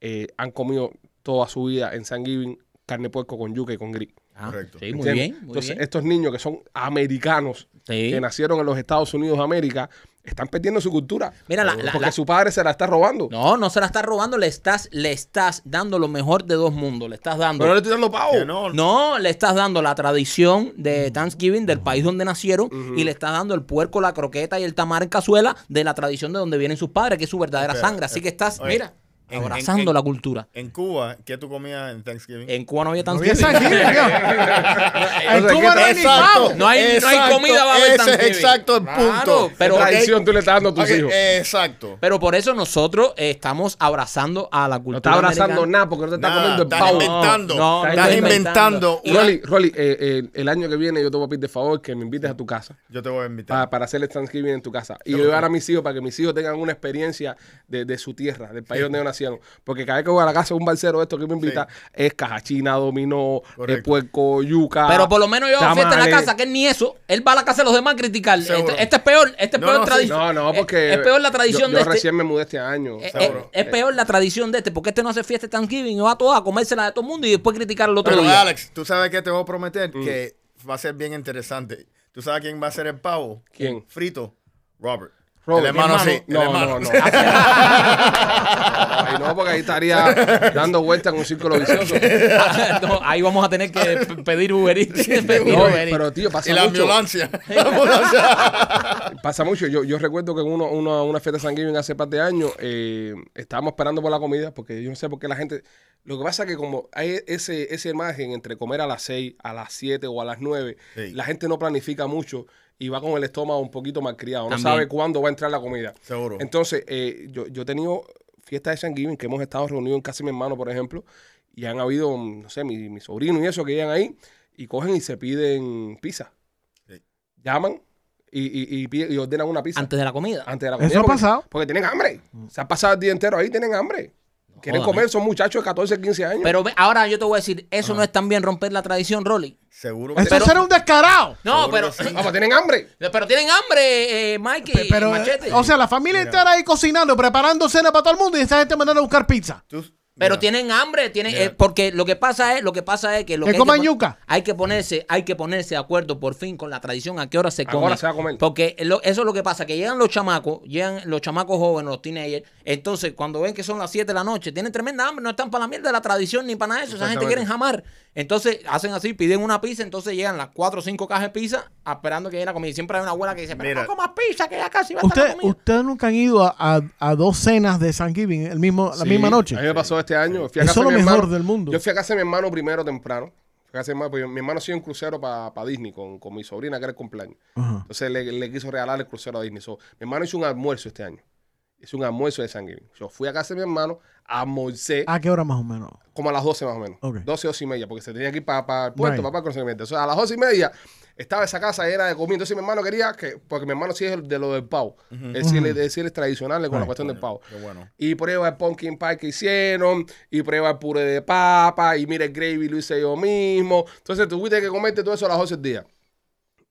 [SPEAKER 1] eh, han comido toda su vida en Thanksgiving carne de puerco con yuca y con gris.
[SPEAKER 2] Ah,
[SPEAKER 3] Correcto.
[SPEAKER 2] sí, muy
[SPEAKER 1] ¿Entiendes?
[SPEAKER 2] bien, muy
[SPEAKER 1] Entonces,
[SPEAKER 2] bien.
[SPEAKER 1] estos niños que son americanos,
[SPEAKER 2] Sí.
[SPEAKER 1] que nacieron en los Estados Unidos de América, están perdiendo su cultura. Eh,
[SPEAKER 2] Mira, la- la-
[SPEAKER 1] porque
[SPEAKER 2] la-
[SPEAKER 1] su padre se la está robando.
[SPEAKER 2] No, no se la estás robando, le estás, le estás dando lo mejor de dos mundos, le estás dando.
[SPEAKER 1] Pero no le estoy dando pavo.
[SPEAKER 3] Que no,
[SPEAKER 2] No, le estás dando la tradición de Thanksgiving del país donde nacieron y le estás dando el puerco, la croqueta y el tamar en cazuela de la tradición de donde vienen sus padres, que es su verdadera
[SPEAKER 3] Espera,
[SPEAKER 2] sangre. Así que estás,
[SPEAKER 3] oye,
[SPEAKER 2] mira,
[SPEAKER 3] en-
[SPEAKER 2] abrazando
[SPEAKER 3] en- en-
[SPEAKER 2] la cultura.
[SPEAKER 3] En Cuba, ¿qué tú comías en Thanksgiving?
[SPEAKER 2] En Cuba no había
[SPEAKER 4] No había
[SPEAKER 2] Thanksgiving.
[SPEAKER 4] Thanksgiving, tío. En
[SPEAKER 1] O sea,
[SPEAKER 4] Cuba no hay ni pavo.
[SPEAKER 2] No hay- no hay comida, va a haber
[SPEAKER 3] Ese es
[SPEAKER 2] Thanksgiving.
[SPEAKER 3] exacto el
[SPEAKER 2] Claro,
[SPEAKER 3] punto.
[SPEAKER 2] pero-
[SPEAKER 1] ¿Qué
[SPEAKER 2] ok. eh,
[SPEAKER 1] tradición tú le estás dando a tus
[SPEAKER 3] Ok,
[SPEAKER 1] hijos?
[SPEAKER 3] Exacto.
[SPEAKER 2] Pero por eso nosotros eh, estamos abrazando a la
[SPEAKER 1] no
[SPEAKER 2] cultura.
[SPEAKER 1] estás abrazando
[SPEAKER 2] americana.
[SPEAKER 1] nada porque no te estás
[SPEAKER 3] Nada,
[SPEAKER 1] comiendo el
[SPEAKER 3] estás
[SPEAKER 1] pavo.
[SPEAKER 3] inventando.
[SPEAKER 2] No, no,
[SPEAKER 3] estás
[SPEAKER 2] estoy
[SPEAKER 3] inventando.
[SPEAKER 2] inventando.
[SPEAKER 3] una-
[SPEAKER 1] Rolly, Rolly, eh, eh, el año que viene yo te voy a pedir de favor que me invites a tu casa
[SPEAKER 3] Yo te voy a invitar.
[SPEAKER 1] para, para hacer el Thanksgiving en tu casa y llevar a mis hijos para que mis hijos tengan una experiencia de, de su tierra, del país donde ellos nacieron. Porque cada vez que voy a la casa de un balcero de estos que me invita es cajachina, dominó, eh,
[SPEAKER 3] Correcto.
[SPEAKER 1] puerco, yuca.
[SPEAKER 2] Pero por lo menos yo hago fiesta en la
[SPEAKER 1] tamales.
[SPEAKER 2] casa, que él ni eso. Él va a la casa de los demás a criticar. Este,
[SPEAKER 3] Seguro.
[SPEAKER 2] este es peor, este es
[SPEAKER 3] No,
[SPEAKER 2] peor
[SPEAKER 3] no, sí.
[SPEAKER 2] tradición.
[SPEAKER 1] No, no,
[SPEAKER 2] Es-
[SPEAKER 1] porque.
[SPEAKER 2] Es, peor la tradición
[SPEAKER 1] yo,
[SPEAKER 2] de
[SPEAKER 1] yo
[SPEAKER 2] este. Eh,
[SPEAKER 1] recién me mudé este año.
[SPEAKER 2] Es, es-
[SPEAKER 3] Seguro.
[SPEAKER 2] es peor la tradición de este, porque este no hace fiesta de Thanksgiving y va a todas a comérsela de todo el mundo y después criticar al otro
[SPEAKER 3] Pero
[SPEAKER 2] día.
[SPEAKER 3] Alex, tú sabes que te voy a prometer
[SPEAKER 1] Mm.
[SPEAKER 3] que va a ser bien interesante. ¿Tú sabes quién va a ser el pavo?
[SPEAKER 1] ¿Quién?
[SPEAKER 3] Frito. Robert.
[SPEAKER 1] Robert.
[SPEAKER 3] el hermano, sí. el
[SPEAKER 1] No,
[SPEAKER 3] hermano.
[SPEAKER 1] no, no. Ay, no, porque ahí estaría dando vueltas en un círculo vicioso.
[SPEAKER 2] No, ahí vamos a tener que p- pedir Uber Eats. Pedir
[SPEAKER 1] No,
[SPEAKER 2] Uber Eats.
[SPEAKER 1] pero tío, pasa
[SPEAKER 3] y la
[SPEAKER 1] mucho.
[SPEAKER 3] ambulancia. La ambulancia.
[SPEAKER 1] Pasa mucho. Yo, yo recuerdo que en uno, uno- una fiesta de San Giving hace par de años eh, estábamos esperando por la comida porque yo no sé por qué la gente. Lo que pasa es que como hay ese, esa imagen entre comer a las 6, a las 7 o a las 9,
[SPEAKER 3] Sí.
[SPEAKER 1] la gente no planifica mucho y va con el estómago un poquito malcriado. No
[SPEAKER 2] También.
[SPEAKER 1] sabe cuándo va a entrar la comida.
[SPEAKER 3] Seguro.
[SPEAKER 1] Entonces, eh, yo, yo he tenido fiestas de San Giving que hemos estado reunidos en casa de mi hermano, por ejemplo, y han habido, mm, no sé, mi, mi sobrino y eso que llegan ahí y cogen y se piden pizza.
[SPEAKER 3] Sí.
[SPEAKER 1] Llaman y, y, y piden- y ordenan una pizza antes,
[SPEAKER 2] Antes de la comida.
[SPEAKER 1] de la
[SPEAKER 4] Eso
[SPEAKER 1] comida.
[SPEAKER 4] ha
[SPEAKER 1] porque-
[SPEAKER 4] pasado.
[SPEAKER 1] Porque tienen hambre. Se han pasado el día entero ahí, tienen hambre. Quieren
[SPEAKER 2] joda,
[SPEAKER 1] comer, son muchachos de 14, 15 años.
[SPEAKER 2] Pero ve- ahora yo te voy a decir, eso
[SPEAKER 3] Ah.
[SPEAKER 2] no es tan bien romper la tradición, Rolly.
[SPEAKER 3] Seguro que
[SPEAKER 4] Esto
[SPEAKER 3] te-
[SPEAKER 4] es ser un descarado.
[SPEAKER 2] No, pero,
[SPEAKER 3] Seguro que sí.
[SPEAKER 1] Vamos, Ah, pues tienen hambre.
[SPEAKER 2] pero tienen hambre, eh, Mike y- y
[SPEAKER 4] Pero,
[SPEAKER 2] Machete.
[SPEAKER 4] o sea, la familia entera ahí cocinando, preparando cena para todo el mundo y esta gente mandando a buscar pizza.
[SPEAKER 3] tú-
[SPEAKER 2] Pero
[SPEAKER 3] mira,
[SPEAKER 2] tienen hambre, tienen,
[SPEAKER 3] Mira.
[SPEAKER 2] eh, porque lo que pasa es, lo que pasa es que lo
[SPEAKER 4] Que
[SPEAKER 2] hay
[SPEAKER 4] coman
[SPEAKER 2] pon-
[SPEAKER 4] yuca.
[SPEAKER 2] Hay que ponerse, hay que ponerse de acuerdo por fin con la tradición a qué hora se
[SPEAKER 1] Ahora
[SPEAKER 2] come.
[SPEAKER 1] se va a comer.
[SPEAKER 2] Porque lo- eso es lo que pasa, que llegan los chamacos, llegan los chamacos jóvenes, los teenagers, entonces cuando ven que son las 7 de la noche, tienen tremenda hambre, no están para la mierda de la tradición ni para nada de eso, esa gente quieren jamar. Entonces hacen así, piden una pizza, entonces llegan las 4 o 5 cajas de pizza esperando que llegue la comida. Y siempre hay una abuela que dice, pero
[SPEAKER 3] Mira.
[SPEAKER 2] no comas pizza, que ya casi va a estar la
[SPEAKER 4] Usted-
[SPEAKER 2] comida".
[SPEAKER 4] Ustedes nunca han ido a, a- a dos cenas de Thanksgiving el mismo, la
[SPEAKER 1] Sí,
[SPEAKER 4] misma noche.
[SPEAKER 1] A mí me pasó este año. Fui a casa
[SPEAKER 4] Eso es
[SPEAKER 1] de
[SPEAKER 4] lo
[SPEAKER 1] mi
[SPEAKER 4] mejor
[SPEAKER 1] hermano.
[SPEAKER 4] del mundo.
[SPEAKER 1] Yo fui a casa de mi hermano primero temprano. Fui a casa de mi hermano, porque mi hermano sigue un crucero para Disney con, con mi sobrina que era el cumpleaños.
[SPEAKER 4] Ajá.
[SPEAKER 1] Entonces le, le quiso regalar el crucero a Disney. So, mi hermano hizo un almuerzo este año. Hizo un almuerzo de Thanksgiving. Yo fui a casa de mi hermano, almorcé
[SPEAKER 4] ¿A qué hora más o menos?
[SPEAKER 1] como a las 12 más o menos.
[SPEAKER 4] Ok.
[SPEAKER 1] 12, 12 y media, porque se tenía que ir para el puerto,
[SPEAKER 4] Right.
[SPEAKER 1] para el conocimiento. O sea, a las 12 y media estaba esa casa, era de comida. Entonces mi hermano quería que, porque mi hermano sí es de lo del pavo. Él sí le- él sí es tradicional con la
[SPEAKER 4] Right.
[SPEAKER 1] cuestión del pavo.
[SPEAKER 3] Qué bueno.
[SPEAKER 1] Y prueba el pumpkin pie que hicieron, y prueba el puré de papa, y mira el gravy lo hice yo mismo. Entonces tuviste que comerte todo eso a las 12 del día.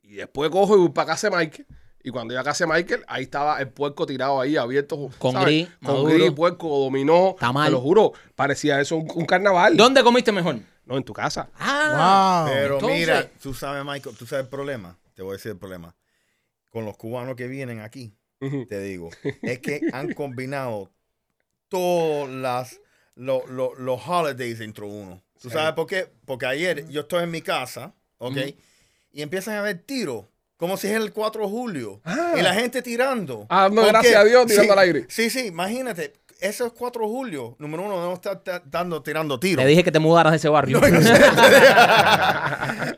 [SPEAKER 1] Y después cojo y voy para casa de Michael. Y cuando iba a casa de Michael, ahí estaba el puerco tirado ahí, abierto.
[SPEAKER 2] Con
[SPEAKER 1] ¿sabes?
[SPEAKER 2] gris,
[SPEAKER 1] Con
[SPEAKER 2] maduro.
[SPEAKER 1] gris, puerco, dominó.
[SPEAKER 2] Tamal.
[SPEAKER 1] Te lo juro, parecía eso un, un carnaval.
[SPEAKER 2] ¿Dónde comiste mejor?
[SPEAKER 1] No, en tu casa.
[SPEAKER 2] Ah,
[SPEAKER 4] Wow.
[SPEAKER 1] Eh,
[SPEAKER 3] Pero
[SPEAKER 2] entonces-
[SPEAKER 3] mira, tú sabes, Michael, tú sabes el problema. Te voy a decir el problema. Con los cubanos que vienen aquí,
[SPEAKER 1] Ujú.
[SPEAKER 3] te digo, es que han combinado todas las lo- lo- los
[SPEAKER 2] Mm.
[SPEAKER 3] holidays dentro uno. ¿Tú sabes por qué? Porque ayer yo estoy en mi casa, ¿ok? y empiezan a ver tiros, como si es el 4 de julio,
[SPEAKER 1] Ah.
[SPEAKER 3] y la gente tirando.
[SPEAKER 1] Ah, no,
[SPEAKER 3] ¿Por
[SPEAKER 1] gracias
[SPEAKER 3] qué?
[SPEAKER 1] a Dios, tirando
[SPEAKER 3] Sí,
[SPEAKER 1] al aire.
[SPEAKER 3] Sí, sí, imagínate, esos 4 de julio, número uno, no está ta- dando, tirando tiros.
[SPEAKER 2] Te dije que te mudaras de ese barrio.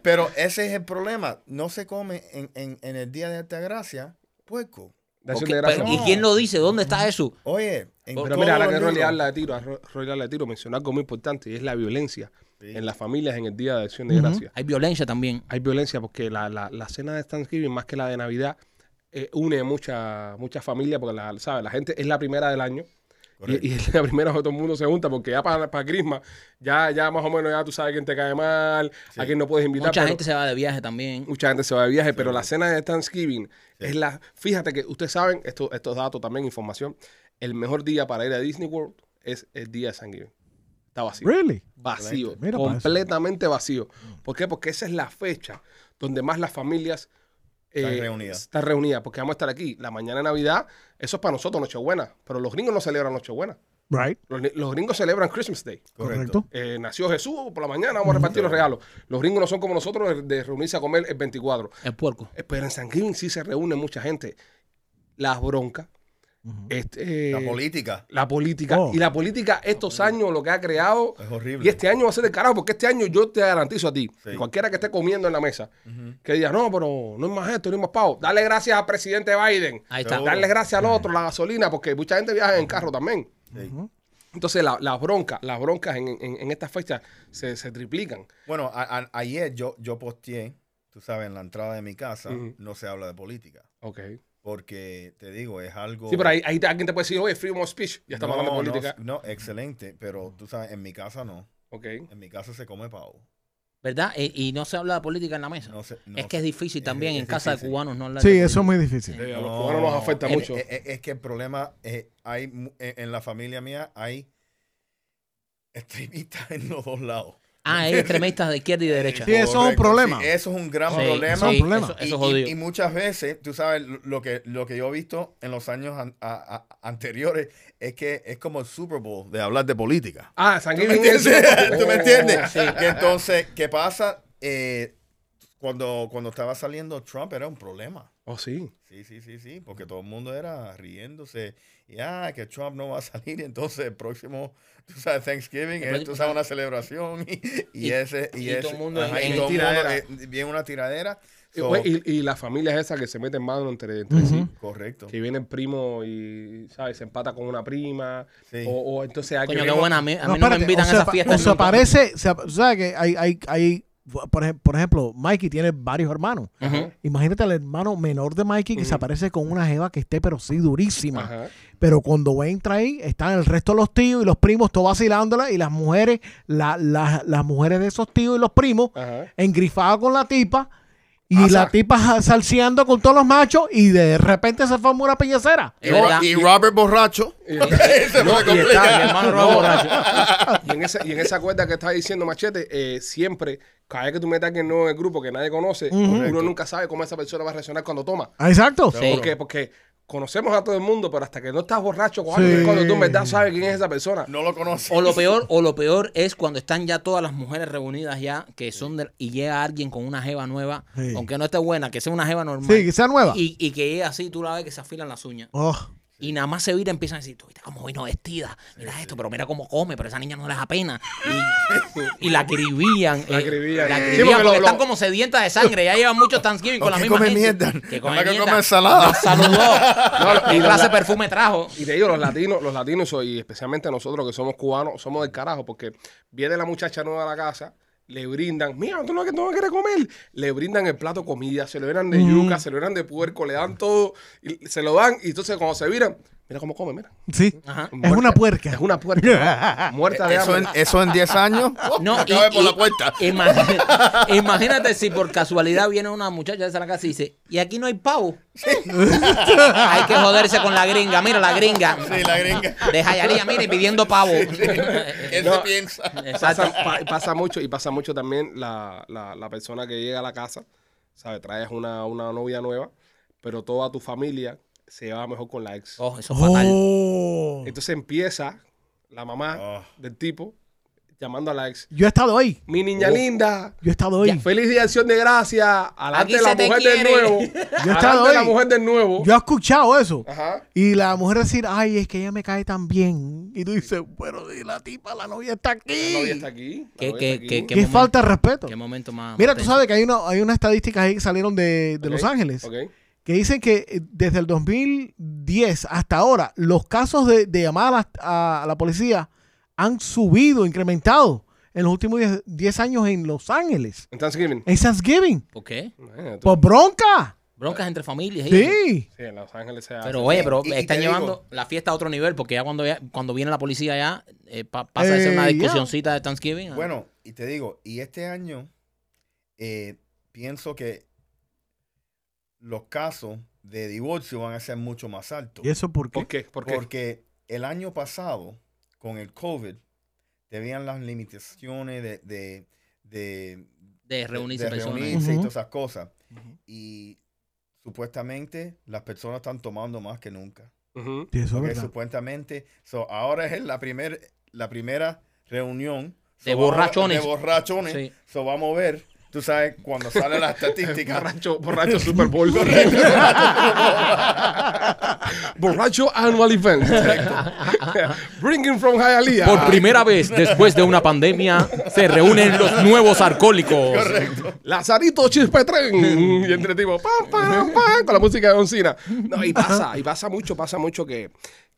[SPEAKER 3] Pero ese es el problema, no se come en, en- en el Día de Altagracia puerco.
[SPEAKER 1] De acción
[SPEAKER 2] Ok,
[SPEAKER 1] de
[SPEAKER 2] pero-
[SPEAKER 1] gracias.
[SPEAKER 2] ¿Y quién lo dice? ¿Dónde está eso?
[SPEAKER 3] Oye, en
[SPEAKER 1] Pero
[SPEAKER 3] todos
[SPEAKER 1] mira, ahora
[SPEAKER 3] los
[SPEAKER 1] que
[SPEAKER 3] libros-
[SPEAKER 1] Rolly habla de tiro, a Ro- Rolly habla de tiro, mencionó algo muy importante y es la violencia
[SPEAKER 3] Sí.
[SPEAKER 1] en las familias en el Día de Acción de Gracias.
[SPEAKER 2] Hay violencia también.
[SPEAKER 1] Hay violencia porque la, la, la cena de Thanksgiving, más que la de Navidad, eh, une mucha, mucha familia porque la, ¿sabes? la gente es la primera del año.
[SPEAKER 3] Correcto.
[SPEAKER 1] Y, y es la primera que todo el mundo se junta porque ya para, para Christmas, ya, ya más o menos ya tú sabes quién te cae mal, a quién no puedes invitar.
[SPEAKER 2] Mucha
[SPEAKER 1] pero-
[SPEAKER 2] gente se va de viaje también.
[SPEAKER 1] Mucha gente se va de viaje, pero la cena de Thanksgiving es la. Fíjate que ustedes saben, esto, estos datos también, información. El mejor día para ir a Disney World es el día de Thanksgiving. Está vacío.
[SPEAKER 4] Really?
[SPEAKER 1] Vacío.
[SPEAKER 4] Excelente. Mira para eso.
[SPEAKER 1] completamente vacío. ¿Por qué? Porque esa es la fecha donde más las familias. eh,
[SPEAKER 3] Están reunidas.
[SPEAKER 1] Están reunidas, porque vamos a estar aquí. La mañana de Navidad, eso es para nosotros Nochebuena, pero los gringos no celebran Nochebuena.
[SPEAKER 4] Right.
[SPEAKER 1] Los, los gringos celebran Christmas Day.
[SPEAKER 4] Correcto.
[SPEAKER 1] Eh, nació Jesús, por la mañana vamos a repartir los regalos. Los gringos no son como nosotros de- de reunirse a comer el 24.
[SPEAKER 2] El puerco.
[SPEAKER 1] Eh, Pero en San Giving sí se reúne mucha gente. Las broncas, este, eh,
[SPEAKER 3] La política
[SPEAKER 1] la política.
[SPEAKER 4] Oh.
[SPEAKER 1] Y la política estos años lo que ha creado.
[SPEAKER 3] es horrible.
[SPEAKER 1] Y este año va a ser el carajo, porque este año yo te garantizo a ti,
[SPEAKER 3] Sí.
[SPEAKER 1] cualquiera que esté comiendo en la mesa, que diga, no, pero no es más esto, no es más pavo. Dale gracias al presidente Biden.
[SPEAKER 2] Ahí está.
[SPEAKER 3] Seguro.
[SPEAKER 1] Darle gracias al otro, la gasolina, porque mucha gente viaja en carro también.
[SPEAKER 3] Sí.
[SPEAKER 1] Entonces la- las broncas, las broncas en, en- en estas fechas se, se triplican.
[SPEAKER 3] Bueno, a- a- ayer yo, yo posteé, tú sabes, en la entrada de mi casa,
[SPEAKER 1] Ujú.
[SPEAKER 3] no se habla de política.
[SPEAKER 1] Ok.
[SPEAKER 3] Porque te digo, es algo.
[SPEAKER 1] Sí, pero ahí, ahí te- alguien te puede decir, oye, freedom of speech, ya estamos hablando de política.
[SPEAKER 3] No, excelente, pero tú sabes, en mi casa no.
[SPEAKER 1] Ok.
[SPEAKER 3] En mi casa se come pavo.
[SPEAKER 2] ¿Verdad? E- y no se habla de política en la mesa.
[SPEAKER 3] No se- no
[SPEAKER 2] es que es
[SPEAKER 3] se-
[SPEAKER 2] difícil
[SPEAKER 3] es-
[SPEAKER 2] también
[SPEAKER 3] es
[SPEAKER 2] en casa
[SPEAKER 3] difícil.
[SPEAKER 2] de cubanos no hablar
[SPEAKER 4] Sí,
[SPEAKER 2] de
[SPEAKER 4] eso
[SPEAKER 2] política.
[SPEAKER 4] es muy difícil.
[SPEAKER 1] Eh, a los cubanos nos afecta
[SPEAKER 3] es-
[SPEAKER 1] mucho.
[SPEAKER 3] Es, es- es que el problema es, hay, mu- en en la familia mía hay extremistas en los dos lados.
[SPEAKER 2] Ah, hay extremistas de izquierda y de derecha.
[SPEAKER 4] Sí, eso es un
[SPEAKER 3] Correcto,
[SPEAKER 4] problema.
[SPEAKER 3] sí, eso es un gran
[SPEAKER 2] Sí,
[SPEAKER 3] problema.
[SPEAKER 4] es un
[SPEAKER 2] sí,
[SPEAKER 4] problema.
[SPEAKER 2] Eso,
[SPEAKER 3] Y-
[SPEAKER 2] eso es
[SPEAKER 3] y-
[SPEAKER 2] jodido.
[SPEAKER 3] Y, muchas veces, tú sabes, lo- lo que, lo que yo he visto en los años an- a- a- anteriores es que es como el Super Bowl de hablar de política.
[SPEAKER 1] Ah, San
[SPEAKER 3] ¿Tú me
[SPEAKER 1] Giving
[SPEAKER 3] entiendes? ¿Tú me entiendes?
[SPEAKER 2] sí.
[SPEAKER 3] Que entonces, ¿qué pasa? Eh, cuando, cuando estaba saliendo Trump era un problema.
[SPEAKER 1] Oh, sí.
[SPEAKER 3] Sí, sí, sí, sí, porque todo el mundo era riéndose. Y ah, que Trump no va a salir, y entonces el próximo, tú sabes, Thanksgiving,
[SPEAKER 2] El
[SPEAKER 3] es,
[SPEAKER 2] próximo-
[SPEAKER 3] tú sabes, una celebración. Y, y
[SPEAKER 2] Y-
[SPEAKER 3] ese, y,
[SPEAKER 2] y todo
[SPEAKER 3] ese-
[SPEAKER 2] el mundo en-
[SPEAKER 3] ajá, y
[SPEAKER 2] en
[SPEAKER 3] todo el mundo,
[SPEAKER 1] tiradera.
[SPEAKER 3] eh, viene una tiradera.
[SPEAKER 1] Y,
[SPEAKER 3] So,
[SPEAKER 1] güey, Pues, y, y las familias esas que se meten mano entre, entre sí.
[SPEAKER 4] Ujú.
[SPEAKER 3] Correcto.
[SPEAKER 1] Que viene el primo y, ¿sabes? Se empata con una prima.
[SPEAKER 3] Sí.
[SPEAKER 1] O, o entonces hay
[SPEAKER 2] Coño,
[SPEAKER 1] que...
[SPEAKER 2] qué buena. A mí, a mí no,
[SPEAKER 4] espérate,
[SPEAKER 2] me invitan
[SPEAKER 4] o
[SPEAKER 2] a
[SPEAKER 4] sea,
[SPEAKER 2] esas
[SPEAKER 4] pa-
[SPEAKER 2] fiestas.
[SPEAKER 4] O sea,
[SPEAKER 2] nunca.
[SPEAKER 4] parece, se, o sea, que hay, hay, hay por, ej- por ejemplo, Mikey tiene varios hermanos.
[SPEAKER 2] Ujú.
[SPEAKER 4] Imagínate al hermano menor de Mikey que se aparece con una jeva que esté, pero sí, durísima.
[SPEAKER 1] Ajá.
[SPEAKER 4] Pero cuando entra ahí, están el resto de los tíos y los primos, todo vacilándola, y las mujeres, la- la- las mujeres de esos tíos y los primos,
[SPEAKER 1] Ajá.
[SPEAKER 4] engrifadas con la tipa, y
[SPEAKER 1] Ah,
[SPEAKER 4] la
[SPEAKER 1] sa-
[SPEAKER 4] tipa ja- salseando con todos los machos, y de repente se forma una pellecera.
[SPEAKER 2] Es verdad.
[SPEAKER 3] Robert borracho.
[SPEAKER 1] Y,
[SPEAKER 3] Ese
[SPEAKER 1] no,
[SPEAKER 3] fue
[SPEAKER 1] y está-
[SPEAKER 3] complicado.
[SPEAKER 1] y no,
[SPEAKER 2] hermano Robo borracho.
[SPEAKER 1] y en esa, y en esa cuerda que estás diciendo, Machete, eh, siempre, cada vez que tú metas a alguien nuevo en el grupo que nadie conoce, uno nunca sabe cómo esa persona va a reaccionar cuando toma.
[SPEAKER 4] Ah, Exacto.
[SPEAKER 2] Sí.
[SPEAKER 1] ¿Por qué? Porque conocemos a todo el mundo, pero hasta que no estás borracho con
[SPEAKER 4] Sí.
[SPEAKER 1] alguien, es cuando tú en verdad sabes quién es esa persona.
[SPEAKER 3] No lo conoce.
[SPEAKER 2] O lo peor, o lo peor es cuando están ya todas las mujeres reunidas ya, que son de- y llega alguien con una jeva nueva,
[SPEAKER 4] Sí.
[SPEAKER 2] aunque no esté buena, que sea una jeva normal.
[SPEAKER 4] Sí, que sea nueva.
[SPEAKER 2] Y, y que llega así, tú la ves que se afilan las uñas.
[SPEAKER 4] Oh,
[SPEAKER 2] Y nada más se vira, empiezan a decir, tú viste cómo vino vestida, mira esto, pero mira cómo come, pero esa niña no le da pena. Y, y la acribían.
[SPEAKER 1] La
[SPEAKER 2] eh,
[SPEAKER 1] acribían.
[SPEAKER 2] la
[SPEAKER 1] Sí,
[SPEAKER 2] acribían,
[SPEAKER 1] porque
[SPEAKER 2] porque
[SPEAKER 1] lo-
[SPEAKER 2] están
[SPEAKER 1] lo-
[SPEAKER 2] como sedientas de sangre, ya llevan muchos Thanksgiving con la
[SPEAKER 3] ¿Qué
[SPEAKER 2] misma
[SPEAKER 3] come
[SPEAKER 2] gente.
[SPEAKER 3] mierda?
[SPEAKER 2] Que
[SPEAKER 3] Nada
[SPEAKER 2] come
[SPEAKER 3] que
[SPEAKER 2] mierda.
[SPEAKER 3] come ensalada.
[SPEAKER 2] Saludó.
[SPEAKER 1] No, y
[SPEAKER 2] ¿Qué
[SPEAKER 1] lo-
[SPEAKER 2] clase de
[SPEAKER 1] la-
[SPEAKER 2] perfume trajo?
[SPEAKER 1] Y te digo, los latinos, los latinos y especialmente nosotros que somos cubanos, somos del carajo, porque viene la muchacha nueva a la casa, le brindan, mira, tú no, tú no quieres comer, le brindan el plato de comida, se lo dan de
[SPEAKER 4] Mm.
[SPEAKER 1] yuca, se lo dan de puerco, le dan todo, y se lo dan, y entonces cuando se viran, mira cómo come, mira.
[SPEAKER 4] sí.
[SPEAKER 2] Ajá.
[SPEAKER 4] Es una puerca.
[SPEAKER 1] Es una puerca. muerta de
[SPEAKER 3] Eh, eso, en,
[SPEAKER 1] hambre.
[SPEAKER 3] eso en 10 años.
[SPEAKER 2] No,
[SPEAKER 3] Acaba por la puerta.
[SPEAKER 2] imagínate, imagínate si por casualidad viene una muchacha de esa casa y dice, y aquí no hay pavo. hay que joderse con la gringa. Mira la gringa.
[SPEAKER 3] Sí, la gringa.
[SPEAKER 2] De Jayalía, mire, pidiendo pavo.
[SPEAKER 3] ¿Qué se
[SPEAKER 1] No.
[SPEAKER 3] piensa?
[SPEAKER 2] Exacto.
[SPEAKER 1] Pasa, pa- pasa mucho, y pasa mucho también la, la- la persona que llega a la casa, ¿sabes? Traes una, una novia nueva, pero toda tu familia se va mejor con la ex.
[SPEAKER 2] Oh, eso es Oh, fatal.
[SPEAKER 4] Oh. Ah.
[SPEAKER 1] Entonces empieza la mamá
[SPEAKER 3] Oh.
[SPEAKER 1] del tipo, llamando a la ex.
[SPEAKER 4] Yo he estado ahí.
[SPEAKER 1] Mi niña linda.
[SPEAKER 4] Yo he estado ahí.
[SPEAKER 1] Feliz día de acción de gracias. Alante
[SPEAKER 2] Aquí
[SPEAKER 1] la
[SPEAKER 2] se te
[SPEAKER 1] mujer del
[SPEAKER 2] quiere.
[SPEAKER 1] nuevo.
[SPEAKER 4] Yo estaba
[SPEAKER 1] Alante la
[SPEAKER 4] ahí.
[SPEAKER 1] mujer del nuevo.
[SPEAKER 4] Yo he escuchado eso.
[SPEAKER 1] Ajá.
[SPEAKER 4] Y la mujer decir, ay, es que ella me cae tan bien. Y tú dices, bueno, y la tipa, la novia está aquí.
[SPEAKER 1] La novia está aquí. la
[SPEAKER 2] ¿Qué-
[SPEAKER 1] novia
[SPEAKER 2] qué-
[SPEAKER 1] está aquí.
[SPEAKER 2] qué-
[SPEAKER 4] Qué,
[SPEAKER 2] qué momento?
[SPEAKER 4] falta de respeto.
[SPEAKER 2] Qué momento más.
[SPEAKER 4] Oh. Mira,
[SPEAKER 2] más
[SPEAKER 4] tú
[SPEAKER 2] tenso.
[SPEAKER 4] sabes que hay, una, hay unas estadísticas ahí que salieron de, de
[SPEAKER 1] Ok,
[SPEAKER 4] Los Ángeles.
[SPEAKER 1] ok.
[SPEAKER 4] que dicen que eh, desde el 2010 hasta ahora los casos de, de llamadas a, a la policía han subido, incrementado en los últimos 10 10 años en Los Ángeles.
[SPEAKER 1] En Thanksgiving.
[SPEAKER 4] En Thanksgiving.
[SPEAKER 2] ¿Por qué?
[SPEAKER 1] Imagínate.
[SPEAKER 4] Eh, Por bronca.
[SPEAKER 2] Broncas entre familias. ¿eh?
[SPEAKER 4] Sí.
[SPEAKER 1] Sí, en Los Ángeles se hace.
[SPEAKER 2] Pero oye, pero
[SPEAKER 3] Y- y
[SPEAKER 2] están
[SPEAKER 3] te digo-
[SPEAKER 2] llevando la fiesta a otro nivel porque ya cuando, ya- cuando viene la policía ya eh, pa- pasa de ser una
[SPEAKER 4] Eh, ya.
[SPEAKER 2] discusioncita de Thanksgiving. a-
[SPEAKER 3] Bueno, y te digo, y este año eh, pienso que los casos de divorcio van a ser mucho más altos.
[SPEAKER 4] ¿Y eso por qué?
[SPEAKER 1] ¿Por qué? ¿Por qué?
[SPEAKER 3] Porque el año pasado, con el COVID, debían las limitaciones de, de, de,
[SPEAKER 2] de
[SPEAKER 3] de-
[SPEAKER 2] reunirse
[SPEAKER 3] de
[SPEAKER 2] personas.
[SPEAKER 3] reunirse y
[SPEAKER 4] Ujú.
[SPEAKER 3] todas esas cosas. Y supuestamente las personas están tomando más que nunca.
[SPEAKER 1] Ujú.
[SPEAKER 4] Sí, eso es
[SPEAKER 3] Porque
[SPEAKER 4] verdad.
[SPEAKER 3] supuestamente, so, ahora es la, primer, la primera reunión
[SPEAKER 2] De
[SPEAKER 3] So, vamos a-
[SPEAKER 2] borrachones.
[SPEAKER 3] De borrachones.
[SPEAKER 2] Sí.
[SPEAKER 3] So, vamos a ver, tú sabes, cuando sale la estadística.
[SPEAKER 1] Borracho, borracho Super Bowl. borracho Annual Event. Bringing from Hialeah.
[SPEAKER 5] Por primera vez después de una pandemia se reúnen los nuevos alcohólicos.
[SPEAKER 1] Lazarito Chispetren. y entre tipo, pam, pam, pam, con la música de Don Cena. No, y pasa, y pasa mucho, pasa mucho que,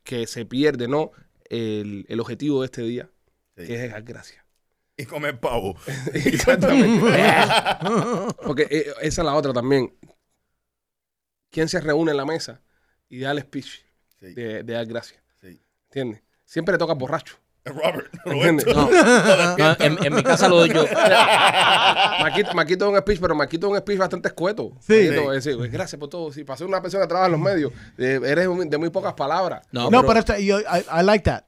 [SPEAKER 1] que se pierde, ¿no? El, el objetivo de este día,
[SPEAKER 3] Sí.
[SPEAKER 1] que es dejar gracia.
[SPEAKER 3] Y comer pavo.
[SPEAKER 1] Exactamente. Porque eh, esa es la otra también. ¿Quién se reúne en la mesa y da el speech
[SPEAKER 3] Sí,
[SPEAKER 1] de, de dar gracias?
[SPEAKER 3] sí.
[SPEAKER 1] ¿Entiendes? Siempre le toca al borracho.
[SPEAKER 3] Robert,
[SPEAKER 1] ¿Entiendes?
[SPEAKER 3] Roberto.
[SPEAKER 2] No,
[SPEAKER 5] Ah,
[SPEAKER 2] no, en, en mi casa lo doy yo.
[SPEAKER 1] Maquito, Maquito es un speech, pero Maquito es un speech bastante escueto.
[SPEAKER 4] Sí.
[SPEAKER 1] Maquito, es decir, "Pues, gracias por todo. Si para ser una persona que trabaja en los medios, eh, eres un- de muy pocas palabras.
[SPEAKER 2] No,
[SPEAKER 4] no, pero,
[SPEAKER 2] pero,
[SPEAKER 4] esta- yo- I, I like that.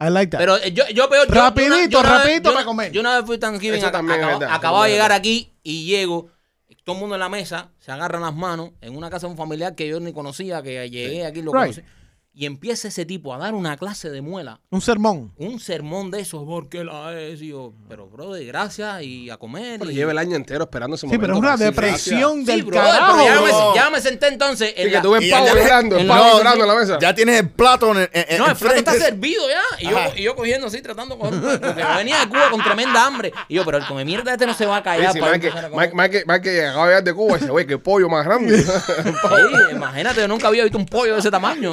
[SPEAKER 4] I like that.
[SPEAKER 2] pero, eh, yo, yo peor. yo- yo una-
[SPEAKER 4] Rapidito,
[SPEAKER 2] yo una vez-
[SPEAKER 4] rapidito
[SPEAKER 2] yo una-
[SPEAKER 4] para comer.
[SPEAKER 2] Yo una vez fui Thanksgiving,
[SPEAKER 1] Eso
[SPEAKER 2] aca-
[SPEAKER 1] también es
[SPEAKER 2] acaba-
[SPEAKER 1] verdad,
[SPEAKER 2] acababa de
[SPEAKER 1] es
[SPEAKER 2] llegar
[SPEAKER 1] verdad.
[SPEAKER 2] aquí y llego. Todo el mundo en la mesa se agarran las manos en una casa de un familiar que yo ni conocía, que llegué aquí, lo
[SPEAKER 4] Right.
[SPEAKER 2] conocí. Y empieza ese tipo a dar una clase de muela.
[SPEAKER 4] Un sermón.
[SPEAKER 2] un sermón de esos porque la es y yo, pero bro de gracias y a comer
[SPEAKER 1] Pero
[SPEAKER 2] y-
[SPEAKER 1] lleva el año entero esperando ese
[SPEAKER 4] Sí,
[SPEAKER 1] momento.
[SPEAKER 4] pero es una
[SPEAKER 1] para decir
[SPEAKER 4] depresión
[SPEAKER 2] Sí,
[SPEAKER 4] del
[SPEAKER 2] brother,
[SPEAKER 4] carajo.
[SPEAKER 2] pero ya,
[SPEAKER 3] bro.
[SPEAKER 2] me, ya me senté entonces
[SPEAKER 1] gracias.
[SPEAKER 2] en
[SPEAKER 1] Sí, que
[SPEAKER 2] la-
[SPEAKER 1] tú ves
[SPEAKER 3] Y
[SPEAKER 1] pavo
[SPEAKER 3] ya-
[SPEAKER 1] llorando, el
[SPEAKER 2] en
[SPEAKER 1] pavo
[SPEAKER 2] la-
[SPEAKER 1] llorando en la mesa.
[SPEAKER 3] Ya tienes el plato en, en- en
[SPEAKER 2] no, el plato está
[SPEAKER 3] frente.
[SPEAKER 2] servido ya. Y yo,
[SPEAKER 3] Ajá.
[SPEAKER 2] y yo cogiendo así, tratando de coger un plato, porque yo venía de Cuba con tremenda hambre. Y yo, pero el come mierda este no se va a callar.
[SPEAKER 1] Sí, sí,
[SPEAKER 2] para
[SPEAKER 1] más que,
[SPEAKER 2] empezar a comer.
[SPEAKER 1] más, más que, más que acaba de llegar de Cuba y dice, güey, qué pollo más grande.
[SPEAKER 2] Sí, imagínate, yo nunca había visto un pollo de ese tamaño.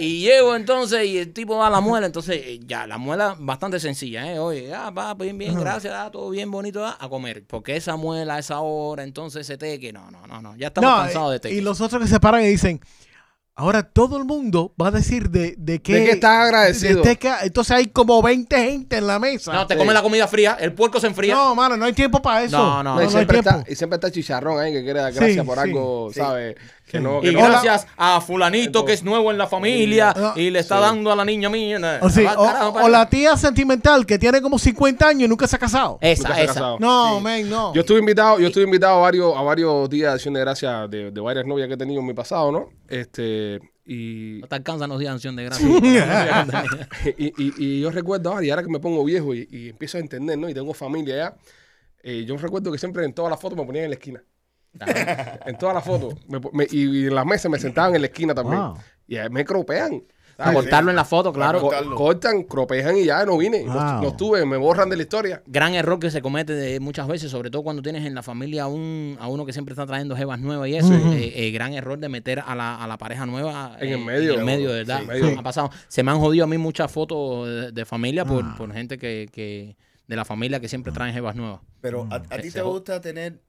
[SPEAKER 2] Y llego entonces y el tipo da la muela. Entonces, eh, ya, la muela bastante sencilla, ¿eh? Oye, ah, va, bien, bien, gracias, ah, todo bien bonito, ah, a comer. Porque esa muela, a esa hora, entonces ese teque, no, no, no, no, ya estamos
[SPEAKER 4] No, eh,
[SPEAKER 2] cansados de teque.
[SPEAKER 4] y los otros que se paran y dicen, ahora todo el mundo va a decir de, de qué...
[SPEAKER 1] ¿De qué estás agradecido?
[SPEAKER 4] de qué- entonces hay como 20 gente en la mesa.
[SPEAKER 2] No, te come la comida fría, el puerco se enfría.
[SPEAKER 4] No, mano, no hay tiempo para eso.
[SPEAKER 2] No, no,
[SPEAKER 1] No, y,
[SPEAKER 4] hay
[SPEAKER 1] siempre
[SPEAKER 4] tiempo.
[SPEAKER 1] está, y siempre está chicharrón ahí que quiere dar gracias
[SPEAKER 4] Sí,
[SPEAKER 1] por
[SPEAKER 4] sí,
[SPEAKER 1] algo,
[SPEAKER 3] sí.
[SPEAKER 1] ¿sabes? Que no, que
[SPEAKER 2] Y
[SPEAKER 1] no.
[SPEAKER 2] gracias a fulanito que es nuevo en la familia
[SPEAKER 4] No.
[SPEAKER 2] y le está dando a la niña mía. na-
[SPEAKER 4] O, Oh, sí,
[SPEAKER 2] va,
[SPEAKER 4] o-
[SPEAKER 2] Ah, carajo,
[SPEAKER 4] o
[SPEAKER 2] para-
[SPEAKER 4] la tía sentimental que tiene como 50 años y nunca se ha casado.
[SPEAKER 1] Nunca
[SPEAKER 2] Esa,
[SPEAKER 1] se ha
[SPEAKER 2] esa.
[SPEAKER 1] casado.
[SPEAKER 4] no, men, no.
[SPEAKER 1] Yo estuve invitado, yo estuve invitado a varios, a varios días de acción de gracias de, de varias novias que he tenido en mi pasado, ¿no? Este, y,
[SPEAKER 2] No te alcanzan los días de acción de gracias.
[SPEAKER 1] y, y- y yo recuerdo ahora, y ahora que me pongo viejo y, y empiezo a entender, ¿no? Y tengo familia ya. eh, yo recuerdo que siempre en todas las fotos me ponían en la esquina. En todas las fotos. Me po- me- y, y en las mesas me sentaban en la esquina también.
[SPEAKER 4] Wow.
[SPEAKER 1] Y ahí me cropean.
[SPEAKER 3] Ah,
[SPEAKER 2] A cortarlo en la foto, claro.
[SPEAKER 1] Co-
[SPEAKER 3] Cortarlo.
[SPEAKER 1] cortan, cropean y ya no vine. No- No,
[SPEAKER 4] Wow.
[SPEAKER 1] estuve, me borran de la historia.
[SPEAKER 2] gran error que se comete de- muchas veces, sobre todo cuando tienes en la familia a, un, a uno que siempre está trayendo jevas nuevas y eso. eh, eh, gran error de meter a la, a la pareja nueva
[SPEAKER 1] En
[SPEAKER 2] eh,
[SPEAKER 1] el medio,
[SPEAKER 2] En el medio, de ¿verdad?
[SPEAKER 1] sí, medio.
[SPEAKER 2] Me ha pasado. Se me han jodido a mí muchas fotos de, de familia por, por gente que, que- de la familia que siempre traen jevas nuevas.
[SPEAKER 3] Pero a, a ti
[SPEAKER 2] Ese
[SPEAKER 3] te
[SPEAKER 2] jo-
[SPEAKER 3] gusta tener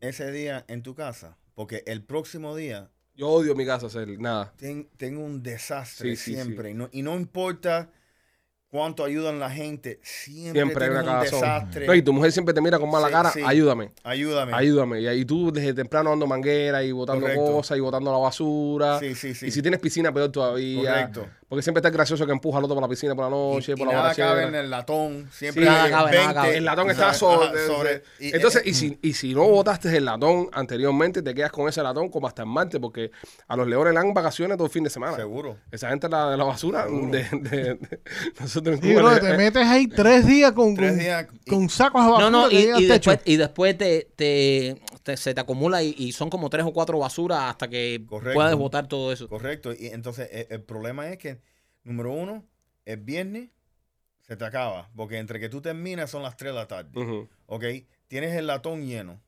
[SPEAKER 3] ese día en tu casa, porque el próximo día
[SPEAKER 1] Yo odio mi casa, hacer nada.
[SPEAKER 3] ten- tengo un desastre
[SPEAKER 1] Sí, sí,
[SPEAKER 3] siempre. Y, no, y no importa cuánto ayudan la gente, siempre,
[SPEAKER 1] Siempre hay
[SPEAKER 3] tienen
[SPEAKER 1] una
[SPEAKER 3] un
[SPEAKER 1] cagazón.
[SPEAKER 3] desastre.
[SPEAKER 1] No, y tu mujer siempre te mira con mala
[SPEAKER 3] Sí,
[SPEAKER 1] cara.
[SPEAKER 3] sí.
[SPEAKER 1] Ayúdame.
[SPEAKER 3] Ayúdame.
[SPEAKER 1] Ayúdame. Y ahí tú desde temprano dando manguera y botando
[SPEAKER 3] Correcto.
[SPEAKER 1] cosas y botando la basura.
[SPEAKER 3] Sí, sí, sí.
[SPEAKER 1] Y si tienes piscina, peor todavía.
[SPEAKER 3] Correcto.
[SPEAKER 1] Porque siempre está el gracioso que empuja al otro para la piscina por la
[SPEAKER 3] Y-
[SPEAKER 1] noche,
[SPEAKER 3] y
[SPEAKER 1] por la
[SPEAKER 3] nada
[SPEAKER 1] borrachera.
[SPEAKER 3] cabe en el latón. Siempre
[SPEAKER 1] Sí,
[SPEAKER 3] hay
[SPEAKER 2] nada cabe, nada
[SPEAKER 3] 20.
[SPEAKER 2] cabe.
[SPEAKER 1] El latón está
[SPEAKER 3] Ajá,
[SPEAKER 1] sobre.
[SPEAKER 3] sobre- y-
[SPEAKER 1] Entonces,
[SPEAKER 3] eh,
[SPEAKER 1] y si, y si no botaste el latón anteriormente, te quedas con ese latón como hasta el martes, porque a los leones le dan vacaciones todo el fin de semana.
[SPEAKER 3] Seguro.
[SPEAKER 1] Esa gente la de la basura. de- de- de- nosotros Eh, meterte en
[SPEAKER 4] Sí,
[SPEAKER 1] Cuba.
[SPEAKER 4] bro,
[SPEAKER 2] eh,
[SPEAKER 4] te metes ahí tres días con,
[SPEAKER 3] Tres días y-
[SPEAKER 4] con, con sacos abajo.
[SPEAKER 2] No, no, y, y después, y después te, te- te- se te acumula y, y son como tres o cuatro basuras hasta que
[SPEAKER 3] Correcto.
[SPEAKER 2] puedas botar todo eso.
[SPEAKER 3] Correcto. Y entonces e- el, problema es que, número uno, el viernes se te acaba. Porque entre que tú terminas son las 3 de la tarde.
[SPEAKER 1] Ujú.
[SPEAKER 3] ¿Ok? Tienes el latón lleno.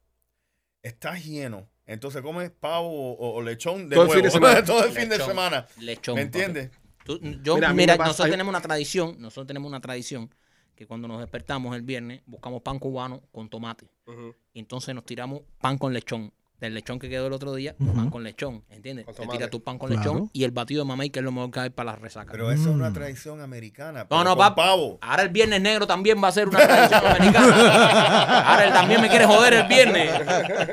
[SPEAKER 3] Estás lleno. Entonces comes pavo o, o- o lechón de
[SPEAKER 1] Todo el fin
[SPEAKER 3] nuevo.
[SPEAKER 1] de semana.
[SPEAKER 3] Todo el fin de
[SPEAKER 2] Lechón.
[SPEAKER 3] semana.
[SPEAKER 2] Lechón.
[SPEAKER 3] ¿Me
[SPEAKER 2] papi.
[SPEAKER 3] entiendes?
[SPEAKER 2] Tú-
[SPEAKER 1] Mira,
[SPEAKER 2] yo, mira,
[SPEAKER 1] a mí me pasa-
[SPEAKER 2] nosotros
[SPEAKER 1] hay-
[SPEAKER 2] tenemos una tradición, nosotros tenemos una tradición que cuando nos despertamos el viernes buscamos pan cubano con tomate.
[SPEAKER 1] Ujú.
[SPEAKER 2] Y entonces nos tiramos pan con lechón. Del lechón que quedó el otro día,
[SPEAKER 4] Ujú.
[SPEAKER 2] pan con lechón, ¿entiendes?
[SPEAKER 1] Con
[SPEAKER 2] Te
[SPEAKER 1] tomate.
[SPEAKER 2] tiras tu pan con
[SPEAKER 4] Claro.
[SPEAKER 2] lechón y el batido de mamey, que es lo mejor que hay para las resacas.
[SPEAKER 3] Pero eso es una
[SPEAKER 4] Mm.
[SPEAKER 3] tradición americana.
[SPEAKER 2] No,
[SPEAKER 3] pero
[SPEAKER 2] no,
[SPEAKER 3] con
[SPEAKER 2] papá.
[SPEAKER 3] pavo.
[SPEAKER 2] Ahora el viernes negro también va a ser una tradición americana. Ahora él también me quiere joder el viernes.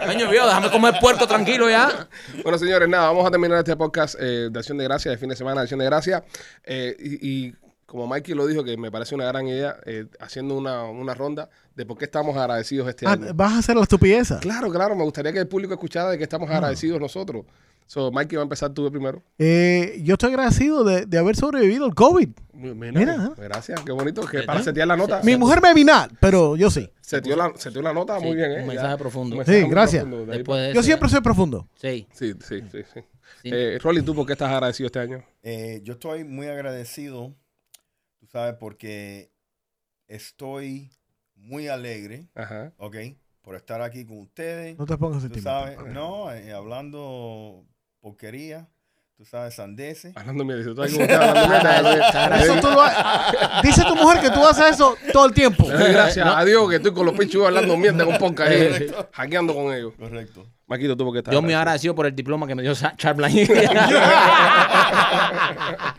[SPEAKER 2] Coño, viejo, déjame comer puerco tranquilo ya.
[SPEAKER 1] Bueno, señores, nada, vamos a terminar este podcast eh, de Acción de Gracia, de fin de semana de Acción de Gracia. Eh, y, y como Mikey lo dijo, que me parece una gran idea, eh, haciendo una, una ronda de por qué estamos agradecidos este año.
[SPEAKER 4] Ah, vas a hacer la estupideza.
[SPEAKER 1] Claro, claro, me gustaría que el público escuchara de que estamos
[SPEAKER 2] Ah.
[SPEAKER 1] agradecidos nosotros. So, Mikey va a empezar tú de primero.
[SPEAKER 4] Eh, yo estoy agradecido de, de haber sobrevivido al COVID. Mira.
[SPEAKER 1] Gracias, qué bonito, que
[SPEAKER 2] ¿Verdad?
[SPEAKER 1] para setear la nota.
[SPEAKER 4] Mi mujer me vina, pero yo sí.
[SPEAKER 1] Setió la, setió la nota muy
[SPEAKER 2] Sí,
[SPEAKER 1] bien, ¿eh?
[SPEAKER 2] un
[SPEAKER 1] Ya.
[SPEAKER 2] mensaje profundo.
[SPEAKER 1] Un mensaje
[SPEAKER 4] Sí,
[SPEAKER 1] muy
[SPEAKER 4] gracias.
[SPEAKER 1] profundo de ahí
[SPEAKER 2] Después de
[SPEAKER 4] Yo
[SPEAKER 2] ese-
[SPEAKER 4] siempre soy profundo.
[SPEAKER 2] Sí.
[SPEAKER 1] Sí, sí, sí. sí,
[SPEAKER 2] Sí.
[SPEAKER 1] Eh, Rolly, ¿tú por qué estás agradecido este año?
[SPEAKER 3] Eh, yo estoy muy agradecido, tú sabes, porque estoy muy alegre,
[SPEAKER 1] Ajá.
[SPEAKER 3] ¿ok? Por estar aquí con ustedes.
[SPEAKER 4] No te pongas
[SPEAKER 3] Tú
[SPEAKER 4] sentimental.
[SPEAKER 3] sabes, no, eh, hablando porquería, tú sabes, sandeces.
[SPEAKER 2] Ah.
[SPEAKER 1] Hablando mierda. dice, tú ahí como que hablando mierda.
[SPEAKER 4] Eso tú lo ha- Dice tu mujer que tú haces eso todo el tiempo.
[SPEAKER 1] Le doy gracias a Dios que estoy con los pinchos hablando mierda con poca
[SPEAKER 2] Sí, sí.
[SPEAKER 1] gente, hackeando con ellos.
[SPEAKER 3] Correcto.
[SPEAKER 1] Maquito, ¿tú por qué estás
[SPEAKER 2] Yo me
[SPEAKER 1] agradecido?
[SPEAKER 2] agradecido por el diploma que me dio Sa- Charles Blanc.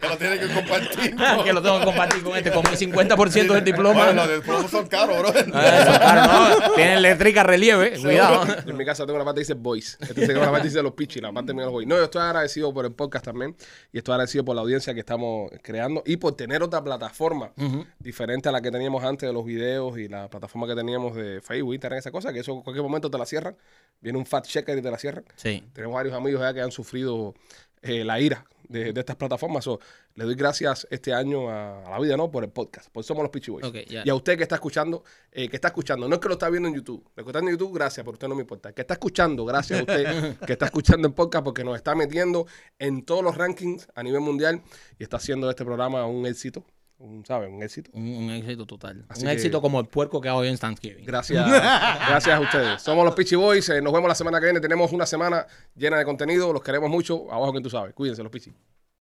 [SPEAKER 3] Que lo tienes que compartir.
[SPEAKER 2] que lo tengo que compartir con este, con mi 50% del
[SPEAKER 3] Bueno, los
[SPEAKER 2] diploma. Ah,
[SPEAKER 3] diplomas son caros, bro.
[SPEAKER 2] Eso, claro, no. Tiene eléctrica relieve, cuidado.
[SPEAKER 1] En mi casa tengo una parte que dice boys. Este tengo una parte que dice los pichis, la parte mía los boys. No, yo estoy agradecido por el podcast también y estoy agradecido por la audiencia que estamos creando y por tener otra plataforma diferente a la que teníamos antes de los videos y la plataforma que teníamos de Facebook, Instagram, esa cosa, que eso en cualquier momento te la cierran. Viene un fact checker y te la cierran.
[SPEAKER 2] Sí.
[SPEAKER 1] Tenemos varios amigos ya que han sufrido eh, la ira de, de estas plataformas. So, le doy gracias este año a, a la vida, ¿no? Por el podcast. Por Somos los Pitchy Boys.
[SPEAKER 2] Ok, ya.
[SPEAKER 1] Y a usted que está escuchando, eh, que está escuchando, no es que lo está viendo en YouTube. Lo que está en YouTube, gracias, pero usted no me importa. Que está escuchando, gracias a usted que está escuchando el podcast porque nos está metiendo en todos los rankings a nivel mundial y está haciendo de este programa un éxito. Un, ¿Sabe? Un éxito.
[SPEAKER 2] Un, un éxito total.
[SPEAKER 1] Así
[SPEAKER 2] un
[SPEAKER 1] que-
[SPEAKER 2] éxito como el puerco que hago yo en Thanksgiving.
[SPEAKER 1] Gracias, gracias a ustedes. Somos los Pitchy Boys. eh, nos vemos la semana que viene. Tenemos una semana llena de contenido. Los queremos mucho. Abajo que tú sabes. Cuídense, los Pitchy.